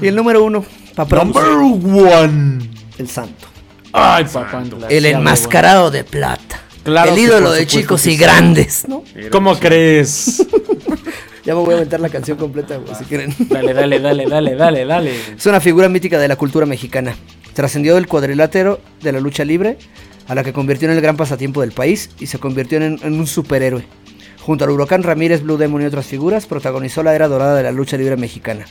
A: Y el número uno, papá,
C: one.
A: el santo.
C: Ay,
B: Ah,
C: papantla.
A: El
C: Sí, a
A: enmascarado de plata.
C: Claro
A: el
C: que
A: ídolo
C: por
A: de
C: supuesto
A: chicos
C: que
A: y
C: sí.
A: grandes, ¿no?
C: huevo. ¿Cómo crees?
A: Ya me voy a aventar la canción completa, güey, si quieren.
C: Dale, dale, dale, dale, dale, dale.
A: Es una figura mítica de la cultura mexicana. Trascendió del cuadrilátero de la lucha libre, a la que convirtió en el gran pasatiempo del país y se convirtió en, en un superhéroe. Junto al Huracán Ramírez, Blue Demon y otras figuras, protagonizó la era dorada de la lucha libre mexicana.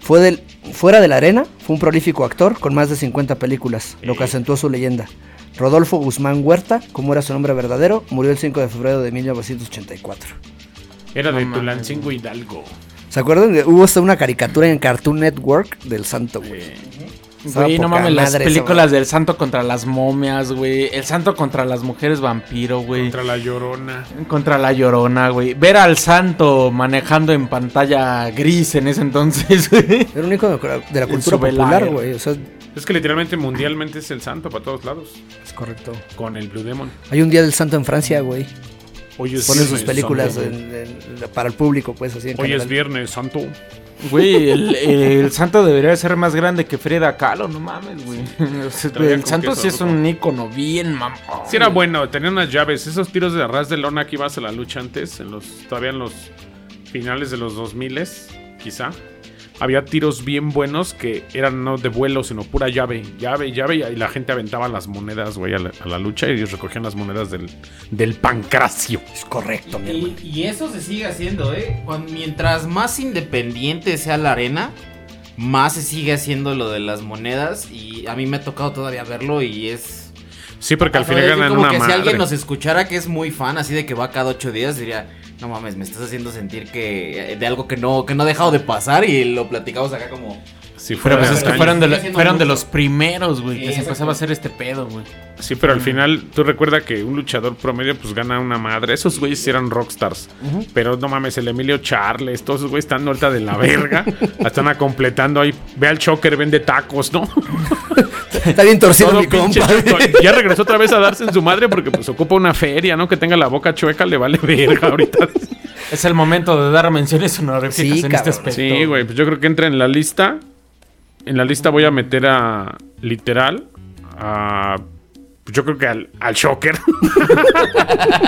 A: Fue del, fuera de la arena, fue un prolífico actor con más de 50 películas, lo que acentuó su leyenda. Rodolfo Guzmán Huerta, como era su nombre verdadero, murió el 5 de febrero de 1984.
B: Era de Tulancingo Hidalgo.
A: ¿Se acuerdan? de- Hubo hasta una caricatura en Cartoon Network del santo, güey. Estaba
C: Güey, no
A: poca
C: mames, las
A: madre esa,
C: películas del santo contra las momias, güey. El santo contra las mujeres vampiro, güey.
B: Contra la llorona.
C: Contra la llorona, güey. Ver al santo manejando en pantalla gris en ese entonces, güey.
A: Era un ícono de la
C: En
A: cultura
C: su
A: popular,
C: velar.
A: güey. O sea,
B: Es que literalmente mundialmente es el santo para todos lados.
A: es correcto.
B: Con el Blue Demon.
A: Hay un día del santo en Francia, güey.
B: Hoy es
A: Ponen sus
B: viernes,
A: películas
B: santo.
A: en- en- para el público, pues así. en
B: Hoy es
A: canal.
B: viernes, santo.
C: Güey, el, el santo debería ser más grande que Frida Kahlo, no mames, güey. O sea,
B: Traía
C: el
B: con
C: santo
B: queso,
C: sí es
B: ¿no?
C: un ícono bien mamón.
B: Sí era bueno, tenía unas llaves. Esos tiros de arras de lona que ibas a la lucha antes, en los, todavía en los finales de los 2000, quizá. Había tiros bien buenos que eran no de vuelo, sino pura llave, llave, llave. Y la gente aventaba las monedas, güey, a la, a la lucha y recogían las monedas del, del pancracio.
A: Es correcto, mi hermano.
D: Y, y eso se sigue haciendo, ¿eh? Cuan- mientras más independiente sea la arena, más se sigue haciendo lo de las monedas. Y a mí me ha tocado todavía verlo y es.
B: Sí, porque al
D: o sea,
B: final
D: Ah, es
B: ganan
D: como
B: una
D: que si alguien
B: madre.
D: nos escuchara que es muy fan, así de que va cada ocho días, diría. No mames, me estás haciendo sentir que eh, de algo que no, que no ha dejado de pasar y lo platicamos acá como.
B: Si fuera
C: Pero pues
B: de
C: es que
B: antaño.
C: fueron de,
D: Sigue
C: lo-
D: siendo
C: fueron de
D: mucho.
C: los primeros, güey,
D: Sí,
C: que se
D: exacto.
C: empezaba a hacer este pedo, güey.
B: Sí, pero al final, tú recuerda que un luchador promedio pues gana una madre. Esos güeyes eran rockstars. Pero no mames, el Emilio Charles, todos esos güeyes están ahorita de la verga. la están acompletando ahí. Ve al choker, vende tacos, ¿no?
A: Está bien torcido
B: Todo
A: mi
B: pinche
A: compa.
B: chueco. Ya regresó otra vez a darse en su madre porque pues ocupa una feria, ¿no? Que tenga la boca chueca, le vale verga ahorita.
C: Es el momento de dar menciones honoríficas
A: Sí,
C: en
A: cabrón.
C: este aspecto.
B: Sí, güey, pues yo creo que entra en la lista. En la lista voy a meter a literal a pues yo creo que al, al Shocker. ¿A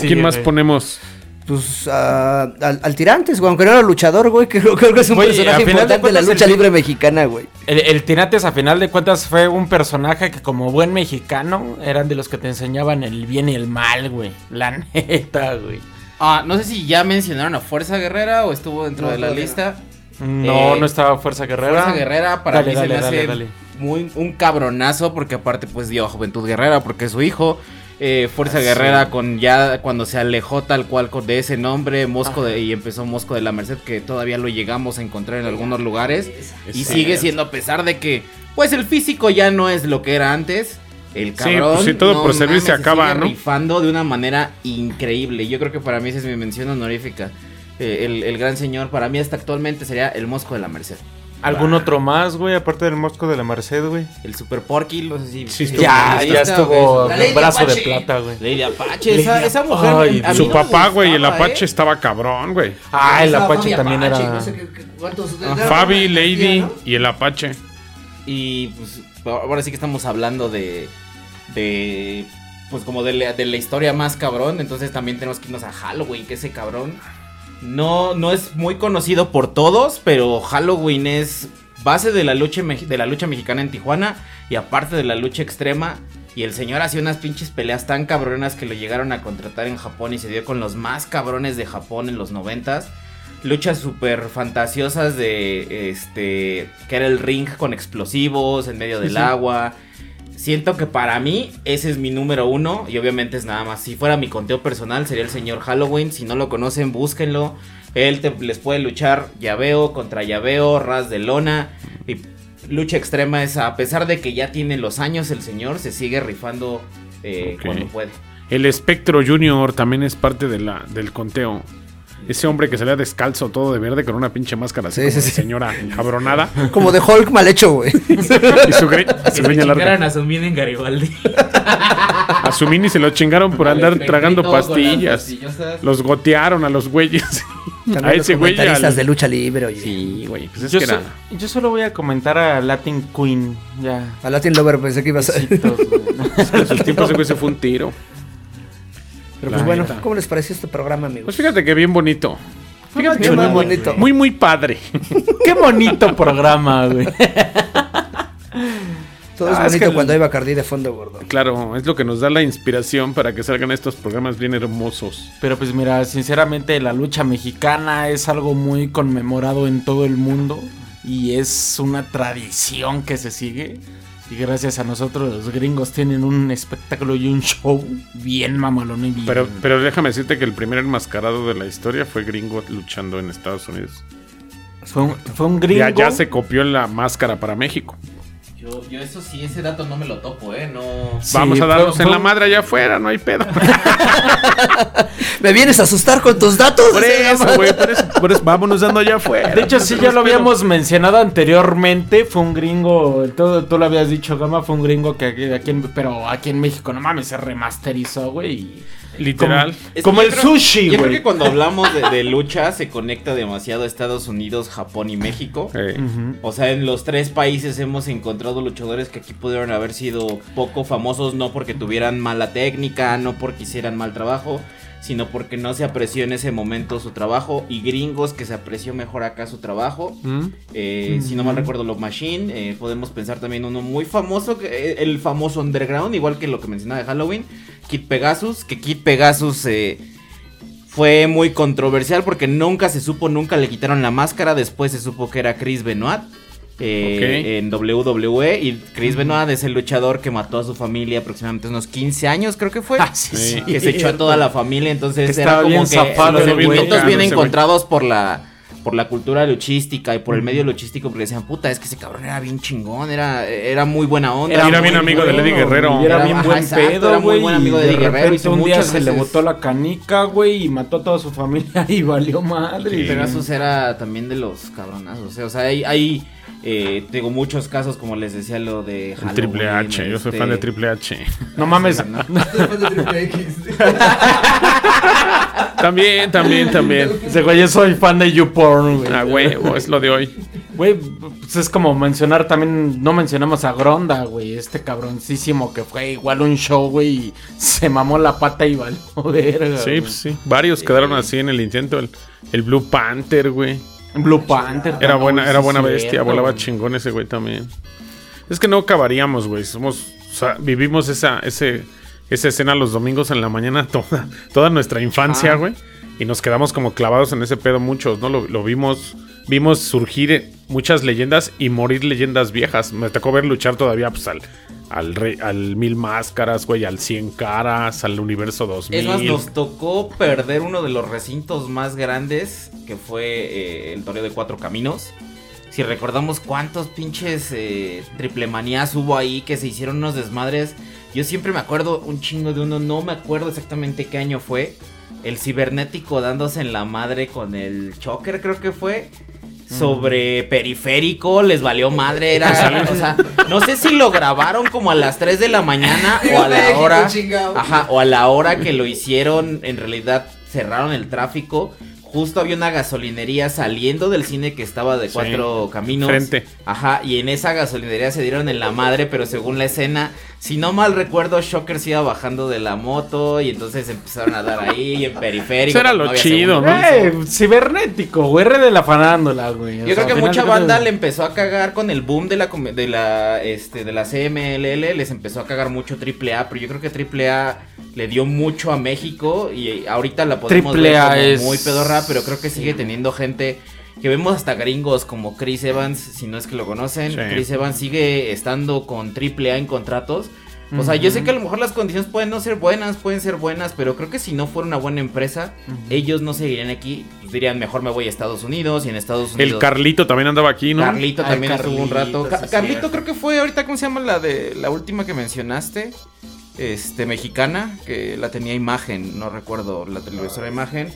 C: Sí,
B: quién más
C: güey.
B: ponemos?
A: Pues ah, al, al tirantes, güey. Aunque no era luchador, güey. Que creo, creo que es un
C: Güey, a
A: personaje
C: final de
A: importante de la
C: cuentas,
A: lucha
C: el-
A: libre mexicana, güey.
C: El, el Tirates, a final de cuentas, fue un personaje que, como buen mexicano, eran de los que te enseñaban el bien y el mal, güey. La neta, güey.
D: Ah, no sé si ya mencionaron a Fuerza Guerrera o estuvo dentro
A: No,
D: de la
A: todavía no.
D: lista.
C: No,
D: Eh,
C: no estaba Fuerza Guerrera.
D: Fuerza Guerrera para
C: Dale,
D: mí
C: dale,
D: se me
C: dale,
D: hace
C: dale.
D: muy un cabronazo porque aparte pues dio a Juventud Guerrera porque es su hijo. Eh, Fuerza Guerrera con ya cuando se alejó tal cual con- de ese nombre Mosco de- y empezó Mosco de la Merced que todavía lo llegamos a encontrar en algunos lugares y sigue siendo a pesar de que pues el físico ya no es lo que era antes. El
B: Sí,
D: cabrón
B: pues, sí, todo por servir se acaba,
D: sigue
B: ¿no?
D: rifando de una manera increíble. Yo creo que para mí esa es mi mención honorífica. Eh, el, el gran señor para mí hasta actualmente sería el Mosco de la Merced.
C: ¿Algún otro más, güey? Aparte del Mosco de la Merced, güey.
F: El Super Porky, no sé si.
B: Sí, estuvo
C: Ya,
D: ahí
C: ya
D: está,
C: estuvo
D: güey. La ley de
C: brazo de
D: Apache.
C: plata, güey.
D: Lady Apache, esa, esa mujer.
C: Ay,
D: a mí
B: Su
D: no me
B: papá, güey, el
D: gustaba,
B: Apache
D: ¿eh?
B: estaba cabrón, güey.
C: Ah, el
D: Esa
C: Apache
D: Fabi
C: también
D: Apache,
C: era.
D: no sé
A: qué- qué- cuántos-
B: Ah, Fabi, Lady
A: ¿no?
B: y el Apache.
D: Y pues ahora sí que estamos hablando de. de. Pues como de la, de la historia más cabrón. Entonces también tenemos que irnos a Halloween, que ese cabrón. No, no es muy conocido por todos, pero Halloween es base de la lucha, mex- de la lucha mexicana en Tijuana. Y aparte de la lucha extrema. Y el señor hacía unas pinches peleas tan cabronas que lo llegaron a contratar en Japón y se dio con los más cabrones de Japón en los noventas luchas súper fantasiosas de este que era el ring con explosivos en medio del agua siento que para mí ese es mi número uno y obviamente es nada más si fuera mi conteo personal sería el señor Halloween si no lo conocen búsquenlo él te- les puede luchar llaveo contra llaveo ras de lona y lucha extrema es a pesar de que ya tiene los años el señor se sigue rifando eh,
B: Ok.
D: cuando puede
B: El Espectro Junior también es parte de la, del conteo. Ese hombre que salía descalzo, todo de verde, con una pinche máscara así
A: Sí,
B: como
A: sí,
B: de
A: sí.
B: señora cabronada.
A: Como de Hulk mal hecho, güey.
B: Y su, gre- su greña larga.
D: a Zumbi en Garibaldi
B: A su mini se lo chingaron por andar
D: Perfecto,
B: tragando
D: con las
B: pastillas.
D: pastillosas.
B: Los gotearon a los güeyes. A
A: También los
B: ese güey. y
A: comentaristas
B: al-
A: de lucha libre, oye.
B: Sí, güey. Pues es
C: Yo,
B: que
C: so-
B: era.
C: yo solo voy a comentar a Latin Queen. Ya.
A: A Latin Lover pensé que ibas a...
C: Besitos, güey.
B: En sus tiempos ese güey se fue un tiro.
A: Pero pues
B: La
A: bueno,
B: neta.
A: ¿cómo les pareció este programa, amigos?
B: Pues fíjate que bien bonito. Fíjate que
A: Qué
B: muy
A: más
B: bonito.
A: bonito.
B: Muy, muy padre.
C: Qué bonito programa, güey.
A: Todo es
C: Ah, es
A: bonito
C: que-
A: cuando hay Bacardí de fondo, gordo.
B: Claro, es lo que nos da la inspiración para que salgan estos programas bien hermosos.
C: Pero pues mira, sinceramente la lucha mexicana es algo muy conmemorado en todo el mundo y es una tradición que se sigue. Y gracias a nosotros los gringos tienen un espectáculo y un show bien mamalón y bien.
B: Pero, pero déjame decirte que el primer enmascarado de la historia fue gringo luchando en Estados Unidos.
C: fue, un, fue un
B: Y
C: gringo.
B: allá se copió la máscara para México.
D: Yo, yo eso sí, ese dato no me lo topo, ¿eh? No.
C: Sí,
B: Vamos a
C: fue-
B: darnos
C: fue
B: en
C: un-
B: la madre allá afuera, no hay pedo.
A: ¿Me vienes a asustar con tus datos?
B: Por eso, güey, por eso, por eso, vámonos dando allá afuera.
C: De hecho, sí, ya lo habíamos mencionado anteriormente. Fue un gringo, tú, tú lo habías dicho, Gama, fue un gringo que aquí, aquí en- pero aquí en México, no mames, se remasterizó, güey. y-
B: Literal.
C: Como,
D: Es que
C: como
D: yo
C: el
D: creo-
C: sushi,
D: Yo creo
C: güey.
D: que cuando hablamos de, de lucha se conecta demasiado a Estados Unidos, Japón y México.
B: Eh,
C: Ujú.
D: O sea, en los tres países hemos encontrado luchadores que aquí pudieron haber sido poco famosos, no porque tuvieran mala técnica, no porque hicieran mal trabajo, sino porque no se apreció en ese momento su trabajo. Y gringos que se apreció mejor acá su trabajo. Eh, Si no mal recuerdo, Love Machine. eh, podemos pensar también uno muy famoso, que, eh, el famoso Underground, igual que lo que mencionaba de Halloween. Kid Pegasus, que Kid Pegasus eh, fue muy controversial porque nunca se supo, nunca le quitaron la máscara. Después se supo que era Chris Benoit. eh, En WWE y Chris Benoit es el luchador que mató a su familia aproximadamente unos 15 años, creo que fue.
C: Ah, sí,
B: Sí.
C: sí.
D: que se echó a toda la familia, entonces
C: Que
D: era
C: estaba
D: como
C: bien
D: que
C: zafado
D: los
B: el güey.
D: sentimientos bien
B: Ese güey.
D: encontrados por la por la cultura luchística y por el medio luchístico porque decían, "Puta, es que ese cabrón era bien chingón, era era muy buena onda."
B: Era
D: muy
B: bien amigo de Lady Guerrero.
C: y era,
D: Era-
C: bien
D: ajá,
C: buen
D: exacto,
C: pedo,
D: era muy
C: güey,
D: buen
C: y
D: amigo de
C: de
D: Lady Guerrero,
C: repente
D: hizo
C: un día
D: muchas
C: se le
D: veces-
C: botó la canica, güey, y mató a toda su familia y valió madre.
B: Sí.
D: Pegasus era también de los cabronazos. eh, O sea, hay, hay eh, digo, muchos casos, como les decía, lo de
B: el
D: Halloween,
B: Triple H, yo soy fan de
D: este,
B: Triple H.
C: No mames.
D: ¿no?
B: También, también, también.
C: Ese güey, yo soy fan de YouPorn, güey.
B: A huevo, es lo de hoy.
C: Güey, pues es como mencionar también, no mencionamos a Gronda, güey, este cabroncísimo que fue igual un show, güey, y se mamó la pata y valió verga.
B: Sí,
C: güey.
B: pues sí. Varios quedaron así en el intento. El, el Blue Panther, güey.
C: Blue Panther.
B: Era
C: también,
B: buena,
C: sí,
B: era buena
C: cierto,
B: bestia, volaba
C: güey.
B: chingón ese güey también. Es que no acabaríamos, güey. Somos, o sea, vivimos esa, ese, esa escena los domingos en la mañana toda, toda nuestra infancia, güey. Y nos quedamos como clavados en ese pedo muchos, ¿no? Lo, lo vimos, vimos surgir eh, muchas leyendas y morir leyendas viejas. Me tocó ver luchar todavía, pues, al, al, rey- al Mil Máscaras, güey, al Cien Caras, al Universo 2000.
D: Es más, nos tocó perder uno de los recintos más grandes, que fue eh, el Toreo de Cuatro Caminos. Si recordamos cuántos pinches eh, triplemanías hubo ahí que se hicieron unos desmadres. Yo siempre me acuerdo un chingo de uno, no me acuerdo exactamente qué año fue. El cibernético dándose en la madre con el choker, creo que fue. sobre periférico, les valió madre, era, o sea, no sé si lo grabaron como a las 3 de la mañana o a la
A: México,
D: hora,
A: chingado.
D: ajá, o a la hora que lo hicieron, en realidad cerraron el tráfico. Justo había una gasolinería saliendo del cine que estaba de
B: Sí.
D: cuatro caminos.
B: Frente.
D: Ajá, y en esa gasolinería se dieron en la madre, pero según la escena, si no mal recuerdo, Shocker se iba bajando de la moto y entonces empezaron a dar ahí en periférico.
B: Eso era
D: no
B: lo
D: había
B: chido,
D: segundo
B: ¿no?
D: piso.
C: Eh, cibernético, güey, R de la farándula, güey. O
D: Yo
C: sea,
D: creo que
C: al final
D: mucha
C: de cuentas-
D: banda le empezó a cagar con el boom de la com- de la este de la CMLL, les empezó a cagar mucho AAA, pero yo creo que AAA le dio mucho a México y ahorita la podemos ver
C: AAA
D: como
C: es-
D: muy pedorra, pero creo que sigue teniendo gente que vemos hasta gringos como Chris Evans, si no es que lo conocen,
B: Sí.
D: Chris Evans sigue estando con AAA en contratos. O sea, yo sé que a lo mejor las condiciones pueden no ser buenas, pueden ser buenas, pero creo que si no fuera una buena empresa, ellos no seguirían aquí. Pues dirían, mejor me voy a Estados Unidos y en Estados Unidos.
B: El Carlito también andaba aquí, ¿no?
D: Carlito
C: Ay,
D: también estuvo un
C: Carlito,
D: rato.
C: sí
D: Ca-
C: es
D: Carlito
C: cierto.
D: creo que fue ahorita, ¿cómo se llama la de la última que mencionaste? Este, mexicana, que la tenía imagen, no recuerdo, la televisora imagen.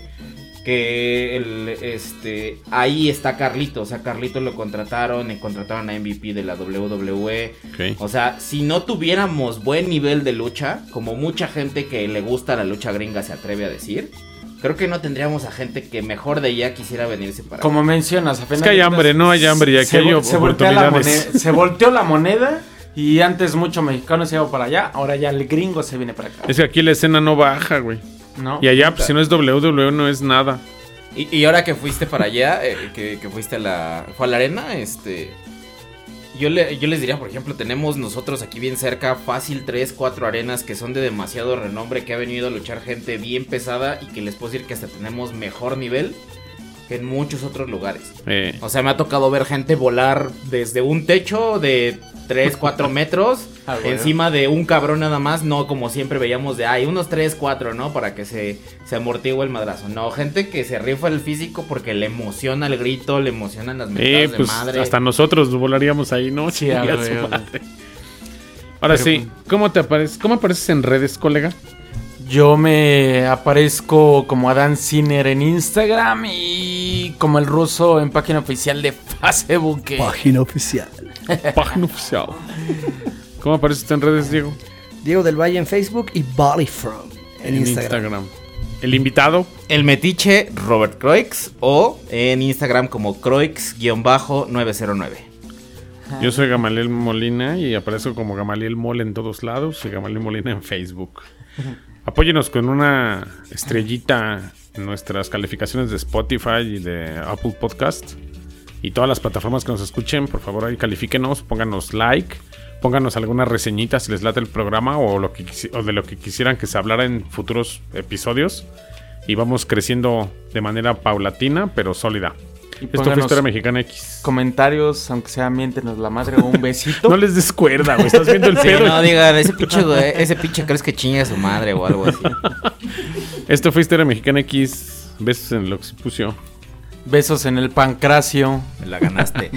D: Que el, este, ahí está Carlito, o sea, Carlito lo contrataron, y contrataron a MVP de la WWE.
B: Ok.
D: O sea, si no tuviéramos buen nivel de lucha, como mucha gente que le gusta la lucha gringa se atreve a decir, creo que no tendríamos a gente que mejor de ella quisiera venirse para acá.
C: Como mencionas, a
B: Es
C: final
B: que hay
C: de
B: hambre,
C: cuentas,
B: no hay hambre y aquí
C: se
B: hay
C: vol- se voltea la
B: oportunidades.
C: moneda- se volteó la moneda y antes mucho mexicano se iba para allá, ahora ya el gringo se viene para acá.
B: Es que aquí la escena no baja, güey.
C: ¿no?
B: Y allá, pues si no es WWE, no es nada.
D: Y, y ahora que fuiste para allá, eh, que, que fuiste a la. fue a la arena, este. Yo, le- yo les diría, por ejemplo, tenemos nosotros aquí bien cerca, fácil 3, 4 arenas que son de demasiado renombre, que ha venido a luchar gente bien pesada y que les puedo decir que hasta tenemos mejor nivel que en muchos otros lugares.
B: Eh,
D: O sea, me ha tocado ver gente volar desde un techo de 3, 4 metros
C: Ah, bueno.
D: encima de un cabrón nada más, no como siempre veíamos de, ay, unos 3, 4, ¿no? Para que se, se amortigua el madrazo. No, gente que se rifa el físico porque le emociona el grito, le emocionan
C: Oh,
D: las
B: eh,
D: mentadas
B: pues
D: de madre.
B: hasta nosotros volaríamos ahí, ¿no?
C: Sí, a
B: Chinga
C: huevo.
B: su madre. Ahora sí, ¿cómo te apareces? ¿Cómo apareces en redes, colega?
C: Yo me aparezco como Adán Ciner en Instagram y como el ruso en página oficial de Facebook. que-
A: Página oficial.
B: Página oficial. ¿Cómo apareces en redes, Diego?
A: Diego del Valle en Facebook y Body From en, Instagram.
B: El invitado.
D: El metiche Robert Croix o en Instagram como Croix-909.
B: Yo soy Gamaliel Molina y aparezco como Gamaliel Mol en todos lados y Gamaliel Molina en Facebook. Apóyenos con una estrellita en nuestras calificaciones de Spotify y de Apple Podcast y todas las plataformas que nos escuchen. Por favor, ahí califíquenos, pónganos like, pónganos alguna reseñita si les late el programa o, lo que, quisi- o de lo que quisieran que se hablara en futuros episodios. Y vamos creciendo de manera paulatina, pero sólida.
C: Y
B: Esto fue
C: pónganos
B: Historia Mexicana X.
C: Comentarios, aunque sea miéntenos la madre o un besito.
B: No les des cuerda, güey. Estás viendo el
D: Sí,
B: pedo.
D: no digan, ese pinche, güey, ese pinche crees que chingue a su madre o algo así.
B: Esto fue Historia Mexicana X. Besos en lo que se puso.
C: Besos en el pancracio.
D: Me la ganaste.